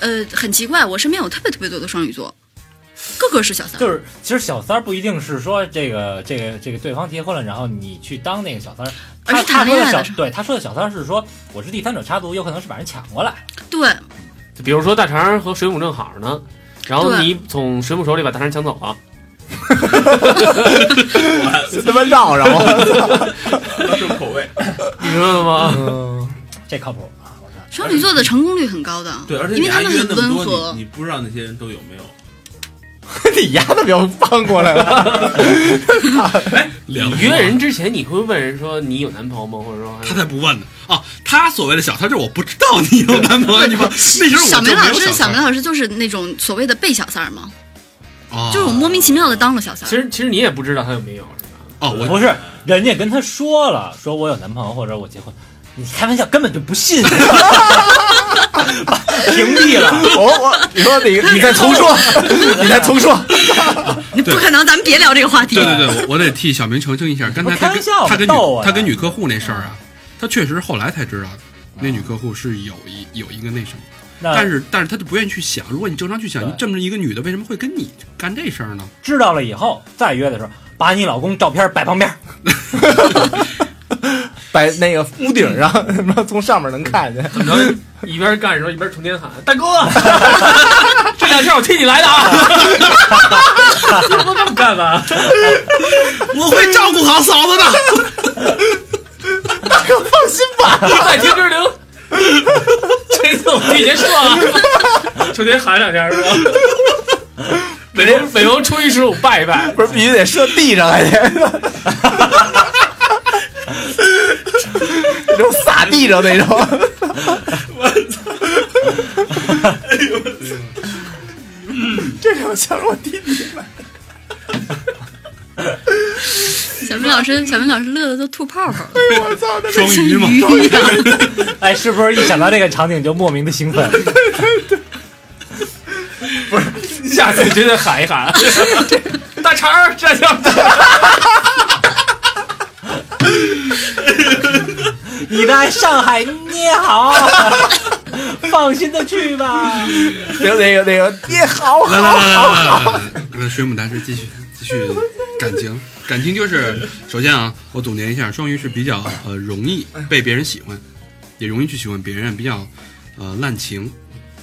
呃，很奇怪，我身边有特别特别多的双鱼座，个个是小三儿。就是其实小三儿不一定是说这个这个这个对方结婚了，然后你去当那个小三儿，而他是谈他恋说爱的的小时候对他说的小三儿是说我是第三者插足，有可能是把人抢过来，对，就比如说大肠和水母正好呢，然后对你从水母手里把大肠抢走了，他妈绕绕我。重口味。你知道吗？这靠谱。双鱼座的成功率很高的，对，而且因你为他还们约很那么温多，和你。你不知道那些人都有没有？ 你丫的表翻过来了，两你约人之前你会问人说你有男朋友吗？或者说他才不问呢啊！他所谓的小三就是我不知道你有男朋友，你说那时候我小就没明有老师，小三明老师就是那种所谓的被小三儿嘛，哦就是我莫名其妙的当了小三其儿。实其实你也不知道他有 没有是吧？哦，我不是，人家跟他 说了，说我有男朋友或者我结婚，你开玩笑根本就不信。屏蔽了。 我我，你说你你再重说， 你再重说，你不可能，咱们别聊这个话题。对对对，我我得替小明澄清一下，刚才他开玩跟笑吧他跟女逗我呀他跟女客户那事儿啊，他确实后来才知道，那女客户是有一有一个那什么，那但是但是他就不愿意去想。如果你正常去想，嗯对你这么一个女的为什么会跟你干这事儿呢？知道了以后再约的时候，把你老公照片摆旁边。摆那个屋顶上， 他妈从上面能看见。怎么着？一边干什么一边冲天喊：“大 哥，这两天我替你来的 啊！”这么干嘛？我会照顾好嫂子的。爱听之灵，这次我替您说 啊，冲天喊两下是吧？每逢每逢初一十五拜一拜，不是必须得射地上，还得， 就撒地上那种。这种像是我弟弟，小明老师，小明老师乐的都吐泡泡了。我操，那双鱼嘛，哎，是不是一想到这个场景就莫名的兴奋？下次绝对喊一喊。大肠儿，这叫 你在上海你好， 放心的去吧。那个那个，你好来来来来来来来，啊来水母大师继续继续感情，感情就是首先啊，我总结一下，双鱼是比较呃容易被别人喜欢，也容易去喜欢别人，比较呃滥情，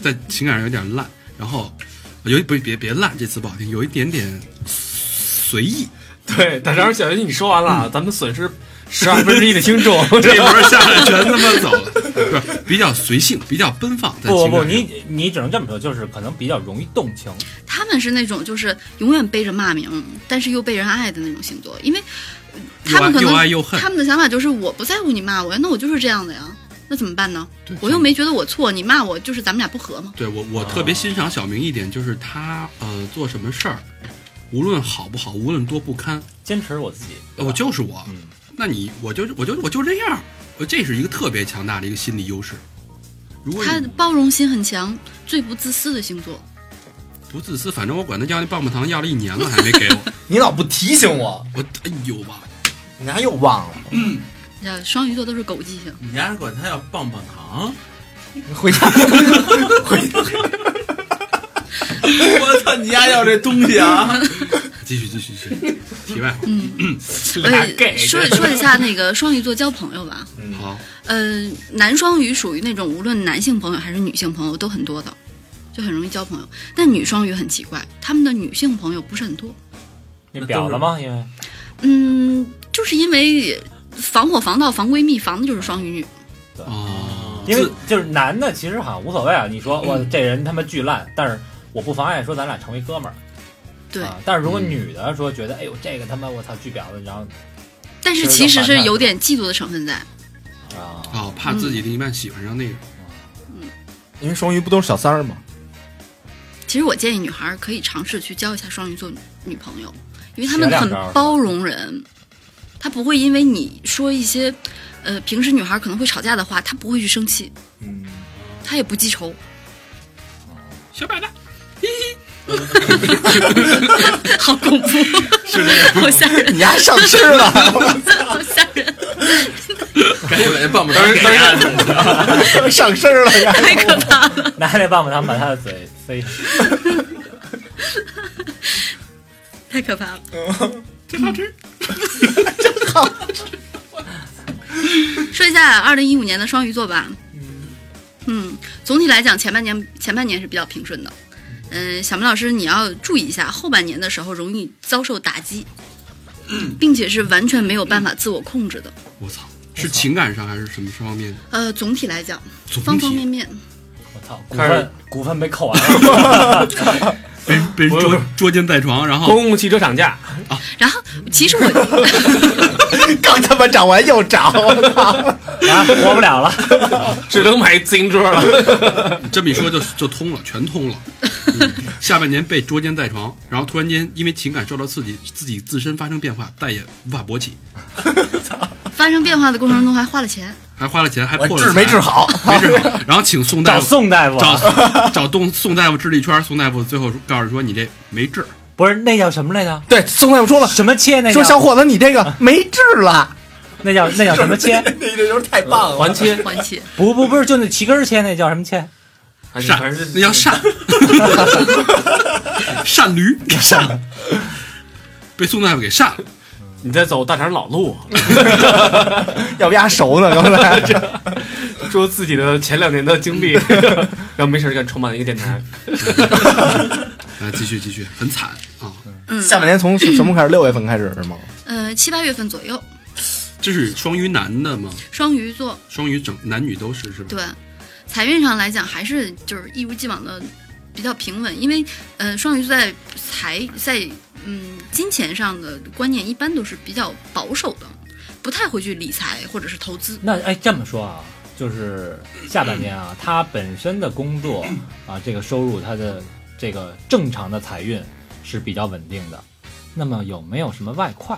在情感上有点滥，然后呃有一不别别滥这词不好听，有一点点随意。对大肠儿小鱼，你说完了，咱们损失十二分之一的听 众，这一波下来全他妈走了，不是比较随性，比较奔放。在不不情感不，上你你只能这么说，就是可能比较容易动情。他们是那种就是永远背着骂名，但是又被人爱的那种星座，因为呃他们可又能爱又恨他们的想法就是我不在乎你骂我，那我就是这样的呀，那怎么办呢？对我又没觉得我错，你骂我就是咱们俩不和嘛。对我，我特别欣赏小明一点，就是他呃做什么事儿，无论好不好，无论多不堪，坚持我自己，呃我就是我，那你我就我就我就这样，我这是一个特别强大的一个心理优势。如果他你包容心很强，最不自私的星座。不自私，反正我管他要那棒棒糖要了一年了，还没给我，你老不提醒我，我哎呦吧，你还又忘了，你知道，双鱼座都是狗记性，你丫管他要棒棒糖？回家我操，你丫要这东西啊？继续继续继续，题外话，俩 gay 呃，说说一下那个双鱼座交朋友吧。好，呃，男双鱼属于那种无论男性朋友还是女性朋友都很多的，就很容易交朋友。但女双鱼很奇怪，他们的女性朋友不是很多。你表了吗？因为嗯，就是因为防火防盗防闺蜜，防的就是双鱼女。哦，因为就是男的其实好像无所谓啊。你说我这人他妈巨烂，但是我不妨碍说咱俩成为哥们儿。对，啊，但是如果女的说觉得，哎呦这个他妈我操巨婊子，然后但是其实是有点嫉妒的成分在。啊，哦，怕自己另一半喜欢上那个， 因为双鱼不都是小三儿吗？其实我建议女孩儿可以尝试去交一下双鱼座女女朋友，因为她们学两很招儿包容人，她不会因为你说一些，呃，平时女孩儿可能会吵架的话，她不会去生气，嗯，她也不记仇。小白的，好恐 怖， 好吓人，你还上身了， 好吓人，赶紧把那棒棒哎糖给丫的。上身了呀！太可怕了。拿 那棒棒糖把他的嘴塞上。太可怕了。真嗯好吃，真好吃。说一下二零一五年的双鱼座吧。嗯，总体来讲，前半年前半年是比较平顺的。嗯，小明老师，你要注意一下，后半年的时候容易遭受打击，并且是完全没有办法自我控制的。我操，是情感上还是什么什么方面？呃，总体来讲，嗯总方方面体面，我操，股开始份股份被扣完 了，被被人我捉捉奸在床，然后公共汽车涨价，然后其实我 刚他妈长完又长，啊，活不了 了。只能买自行车了。 这么一说就就通了，全通了。嗯下半年被捉奸在床，然后突然间因为情感受到刺激，自己自身发生变化，再也无法勃起。发生变化的过程中还花了钱，还花了钱，还我破了治没治财好，没治好， 然后请宋大找夫宋大夫啊，找找东宋大夫治了一圈，宋大夫最后告诉说你这没治，不是那叫什么来着？对，宋大夫说了，什么切？那说叫小伙子你这个没治了，那叫那叫什么 切？那这就是太棒了，还切，缓解。不不不是，就那齐根儿切，那叫什么切？还是善还是那叫善，善驴善，被宋大夫给善了。你在走大肠老 路，要不压熟呢？刚才说自己的前两年的经 历，然后没事儿干，创办了一个电台。啊，继续继续，很惨啊，嗯，下半年从什么开始？六月份开始是吗？呃，七八月份左右，这是双鱼男的吗？双鱼座双鱼整男女都是是吧？对，财运上来讲还是就是一如既往的比较平稳，因为呃，双鱼座在财在嗯金钱上的观念一般都是比较保守的，不太会去理财或者是投资。那哎，这么说啊，就是下半年 啊，他本身的工作啊，这个收入，他的这个正常的财运是比较稳定的。那么有没有什么外快？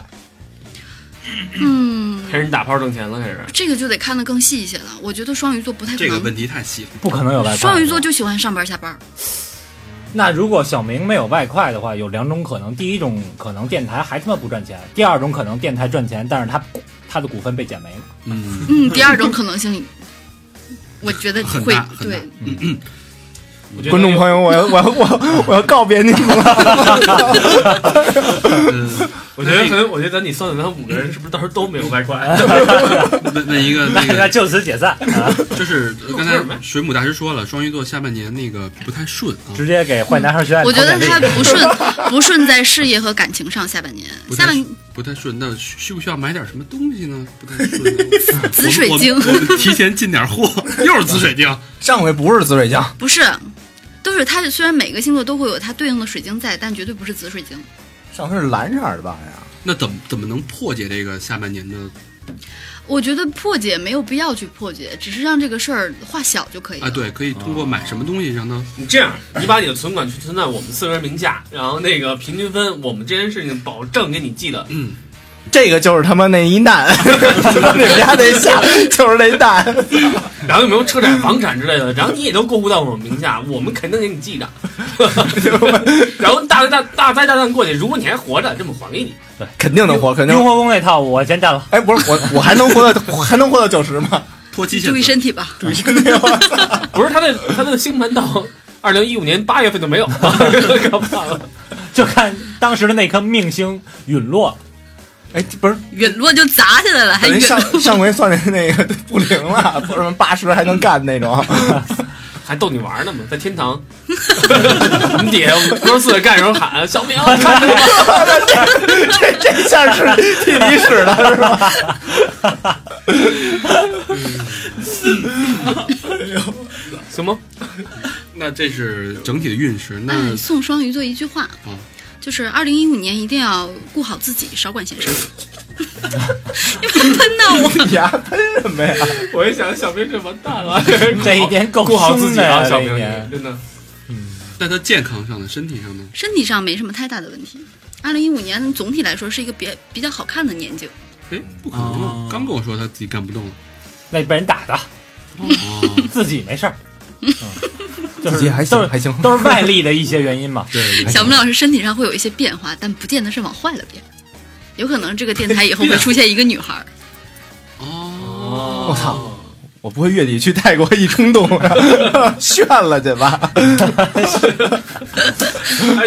嗯，开始你打炮挣钱了，开始。这个就得看得更细一些了。我觉得双鱼座不太可这个能，问题太细了。不可能有外快。双鱼座就喜欢上班下班。那如果小明没有外快的话，有两种可能：第一种可能电台还他妈不赚钱；第二种可能电台赚钱，但是他他的股份被减没了。嗯，嗯，第二种可能性，我觉得很会大很大对。我觉得观众朋友，我要我要我要我要告别你们了，呃我觉得可能，我觉得咱你算算，咱五个人是不是到时候都没有外快？问问一个那 那个，就此解散， 啊、就是呃刚才水母大师说了，双鱼座下半年那个不太顺啊，直接给坏男孩学院我投觉简得历。他不顺，不顺在事业和感情上。下半年，不下太半顺不太顺。那需需不需要买点什么东西呢？不太顺呢。紫水晶我们我们我们提前进点货，又是紫水晶。 上回不是紫水晶，不是，都是它虽然每个星座都会有它对应的水晶在，但绝对不是紫水晶。上回是蓝色的吧？呀，那怎么怎么能破解这个下半年的？我觉得破解没有必要去破解，只是让这个事儿化小就可以了。啊，对，可以通过买什么东西让它你这样，你把你的存款去存在我们四个人名下，然后那个平均分，我们这件事情保证给你记得。嗯，这个就是他妈那一难， 你们家那下就是那难，然后有没有车展、房产之类的，然后你也都过户到我们名下，我们肯定给你记着。然后大大大灾大难过去，如果你还活着，这么还给你。肯定能活，肯定雍。和宫那套我先占了。哎，不是我，我还能活到，我还能活到九十吗？脱期限注意责。身体吧。不是他的他的星盘到二零一五年八月份就没有了，搞不好了。就看当时的那颗命星陨落， 哎，不是，陨落就砸起来了，还等于陨上落。上回算的那个不灵了，不是什么八十还能干那 种。还逗你玩呢嘛，在天堂， 我们底下我们哥四个干时候喊啊小明，看着我这这下是替你使的是吧？行吗？那这是整体的运势。那嗯哎，送双鱼座一句话啊嗯，就是二零一五年一定要顾好自己，少管闲事。 你别喷呐我！你还喷什么呀？我一想，小明这完蛋 了， 这一年够顾好自凶己的 啊，呀，小这明一你年真的。在他健康上呢，身体上呢，身体上没什么太大的问题。二零一五年总体来说是一个比比较好看的年景，哎，不可能啊！刚跟我说他自己干不动了。那被人打的，哦， 自己没 事儿，嗯，就是自己还行都是还行都是外力的一些原 因嘛。对，小明老师身体上会有一些变化，但不见得是往坏了变。有可能这个电台以后会出现一个女孩儿，哦，哦，我操！我不会月底去泰国一冲动 炫了去吧？哎，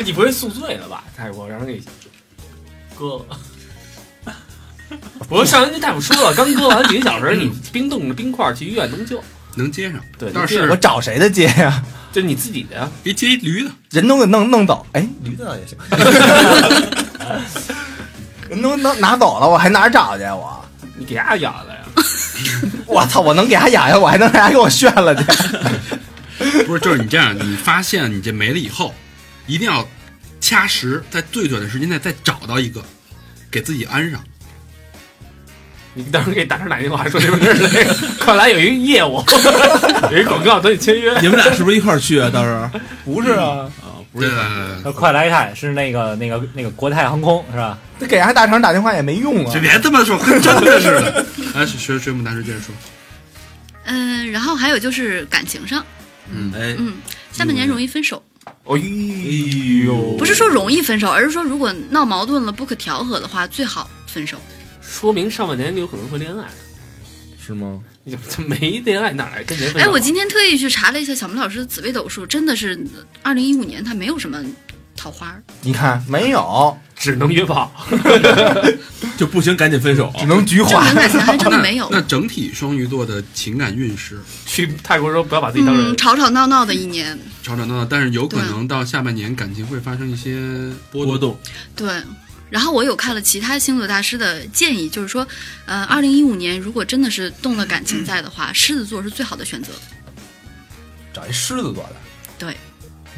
你不会宿醉了吧？泰国让人给 割了。我上人家大夫说了，刚割完几个小时，你冰冻的冰块去医院能救，能接上，对但能接 我是找谁的接呀、这是你自己的呀。别接一驴的。人都给弄弄走，哎，驴的也行， 人都能拿走了，我还拿着找去啊我。你给他咬了呀？我操！我能给他养养，我还能让他给我炫了去。 不是，就是你这样，你发现你这没了以后，一定要掐实，在最短的时间内再找到一个，给自己安上。你到时候给大肠打电话说这边是那个， 快来有一业 务，有一广告等你签约。你们俩是不是一块儿去啊？到时候不是啊，啊，不对是对对对，呃快来看，是那个那个那个国泰航空是吧？这给人家大肠打电话也没用啊 哎就。别这么说，跟真的似的。来，水水水母大师接着说，嗯、然后还有就是感情上，哎，嗯，下半年容易分手，哎呦不是说容易分手，而是说如果闹矛盾了不可调和的话，最好分手。说明上半年你有可能会恋爱，是吗？你这没恋爱哪来跟谁分哎，手啊？我今天特意去查了一下小明老师的紫微斗数，真的是二零一五年他没有什么桃花儿，你看没有，只能约炮，就不行，赶紧分手。只能菊证花明。感情还真的嗯那没有。那整体双鱼座的情感运势，去泰国时候不要把自己当人嗯，。吵吵闹闹的一年，吵吵闹闹，但是有可对啊能到下半年感情会发生一些波波动。动，对。然后我有看了其他星座大师的建议，就是说，呃，二零一五年如果真的是动了感情在的话，狮子座是最好的选择。找一狮子座的，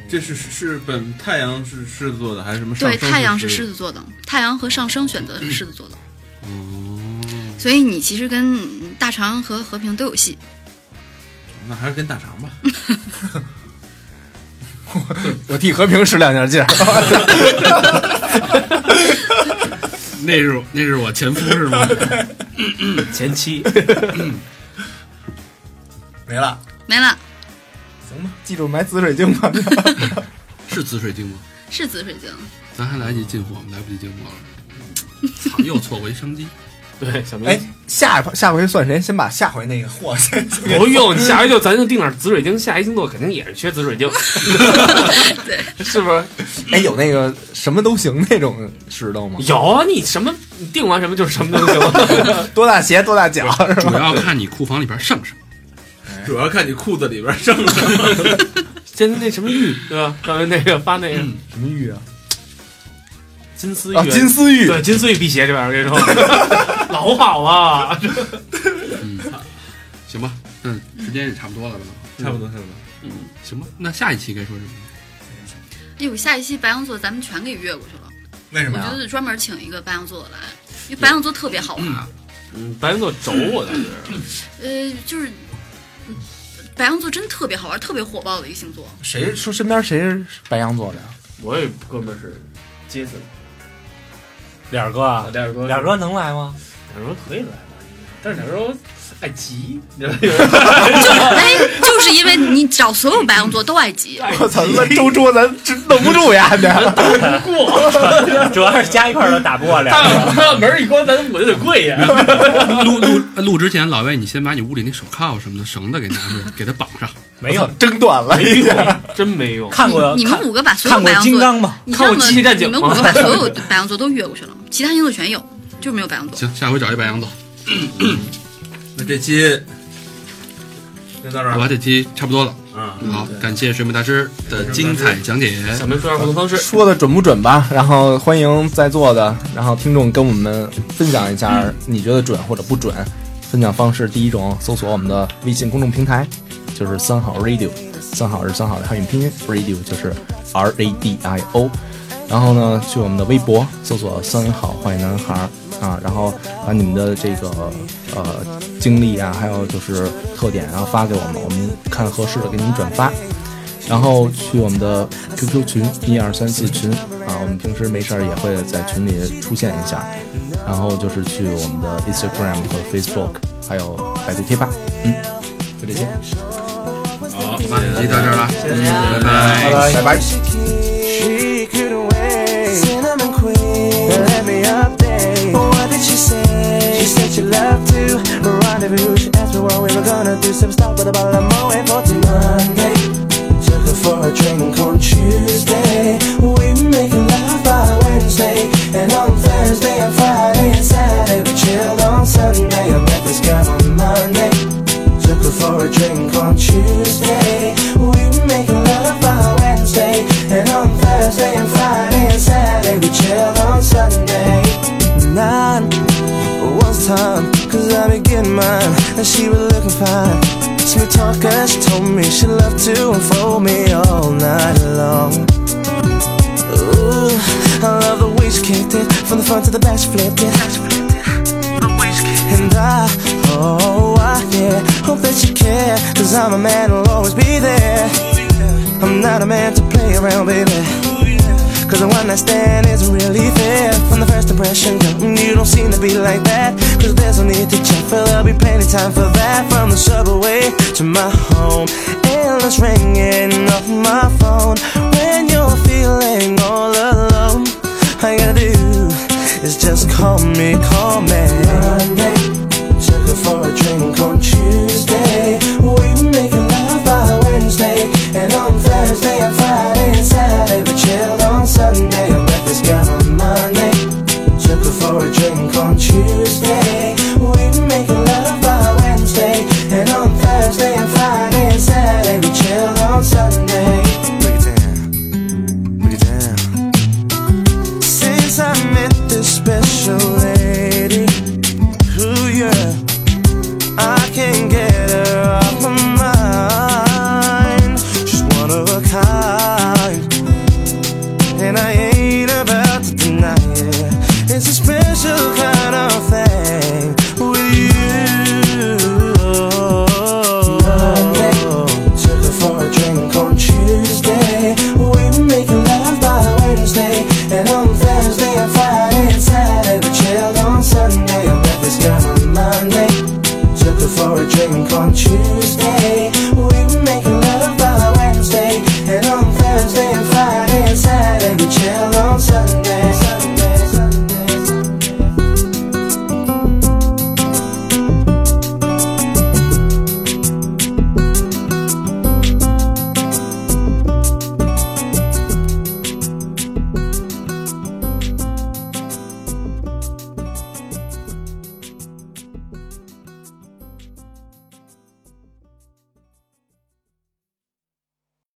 这是是本太阳是狮子座的还是什么？对，太阳是狮子。子座的，太阳和上升选择是狮子座的，嗯哦，所以你其实跟嗯大肠和和平都有戏。那还是跟大肠吧。 我替和平使两下劲儿。 那是那是我前夫是吗？ 前期 没了，没了，行吧，记住买紫水晶吧。是紫水晶吗？是紫水晶。咱还来得及进货吗？来不及进货了。操，又错过一 商机。对小明哎，，下一下回算谁？先把下回那个货 先。不用，你下回就咱就定点紫水晶，下一星座肯定也是缺紫水晶， 对， 是不是？哎，有那个什么都行那种石头吗？有啊，你什么你定完什么就是什么都行 了。多大鞋多大脚是主吧？要看你库房里边剩什么。哎主要看你裤子里边剩 什么。先那什么玉对吧？刚才那个发那个什么玉啊？嗯金丝玉，啊，金丝玉。对金丝玉辟邪这玩意 儿，我跟你说，老好了。行吧，嗯，时间也差不多了吧？差不多，差不多。嗯行吧，那下一期该说什么？哎呦，下一期白羊座咱们全给越过去了，为什我觉？得专门请一个白羊座的来，因为白羊座特别好玩儿。嗯，白羊座轴我倒觉得，呃，就是嗯白羊座真特别好玩儿，特别火爆的一个星座。谁说身边谁是白羊座的呀？我有哥们儿是杰森，脸儿哥啊，脸哥脸儿哥能来吗？两周可以来吧，但是两周爱急，你知道吗？就是 哎，就是因为你找所有白羊座都爱急，我操，那周桌咱这弄不住呀！这 主要是加一块儿都打不过脸儿哥。大大门一关，咱我就得跪下。录呃录录之前，老魏，你先把你屋里那手铐什么的、绳子给拿出 来，给它绑上。没有争断了，没用，真没用。看过你们看五个把所有看白过羊金座，刚吗？你看让过我机器战你警们五吗个把所有白羊座都越过去了，其他星座全有，就是没有白羊座。行，下回找一白羊座。那这期就到这儿我。这期差不多了，啊，好，感谢嗯水母大师的精彩讲解。小明说下互动方式，说的准不准吧？然后欢迎在座的，然后听众跟我们分享一下你觉得准或者不准。分享方式第一种，搜索我们的微信公众平台，就是三好 radio，三好是三好的汉语拼音，radio 就是 R A D 啊 I O。然后呢，去我们的微博搜索“三好坏男孩”啊，然后把你们的这个呃经历啊，还有就是特点啊发给我们，我们看合适的给您转发。然后去我们的 QQ 群一二三四群啊，我们平时没事儿也会在群里出现一下，然后就是去我们的 Instagram 和 Facebook，还有百度贴吧，嗯，就这些，好，好吧，这期到这儿了，嗯拜拜。拜拜。 She could wait. Cinnamon queen, let me update. What did she say? She said she loved to rendezvous. She asked me what we were gonna do. Some stuff, but about a moment for the Monday. Took her for a drink on Tuesday. We making love by Wednesday, and on Thursday and Friday and Saturday we chilled on Sunday. I met this guy on Monday. Took her for a drink on Tuesday. We were making love by Wednesday. And on Thursday and Friday and Saturday, we chilled on Sunday. Nine was time, cause I be getting mine. And she was looking fine. Sweet talker, she told me she loved to unfold me all night long. Ooh, I love the way she kicked it from the front to the back, she flipped it. And I, oh, I, yeah, hope that you care, cause I'm a man who'll always be there. I'm not a man to play around, baby. Cause the one night stand isn't really fair. From the first impression, girl, mm, you don't seem to be like that. Cause there's no need to check, but there'll be plenty time for that. From the subway to my home. Endless ringing off my phone. When you're feeling all alone, all you gotta do is just call me, call me. Monday, took her for a drink on Tuesday. We were making love by Wednesday, and on Thursday and Friday and Saturday we chilled on Sunday. I met this girl on Monday. Took her for a drink on Tuesday. We were making love by Wednesday. And on Thursday and Friday and Saturday, we chilled on Sunday.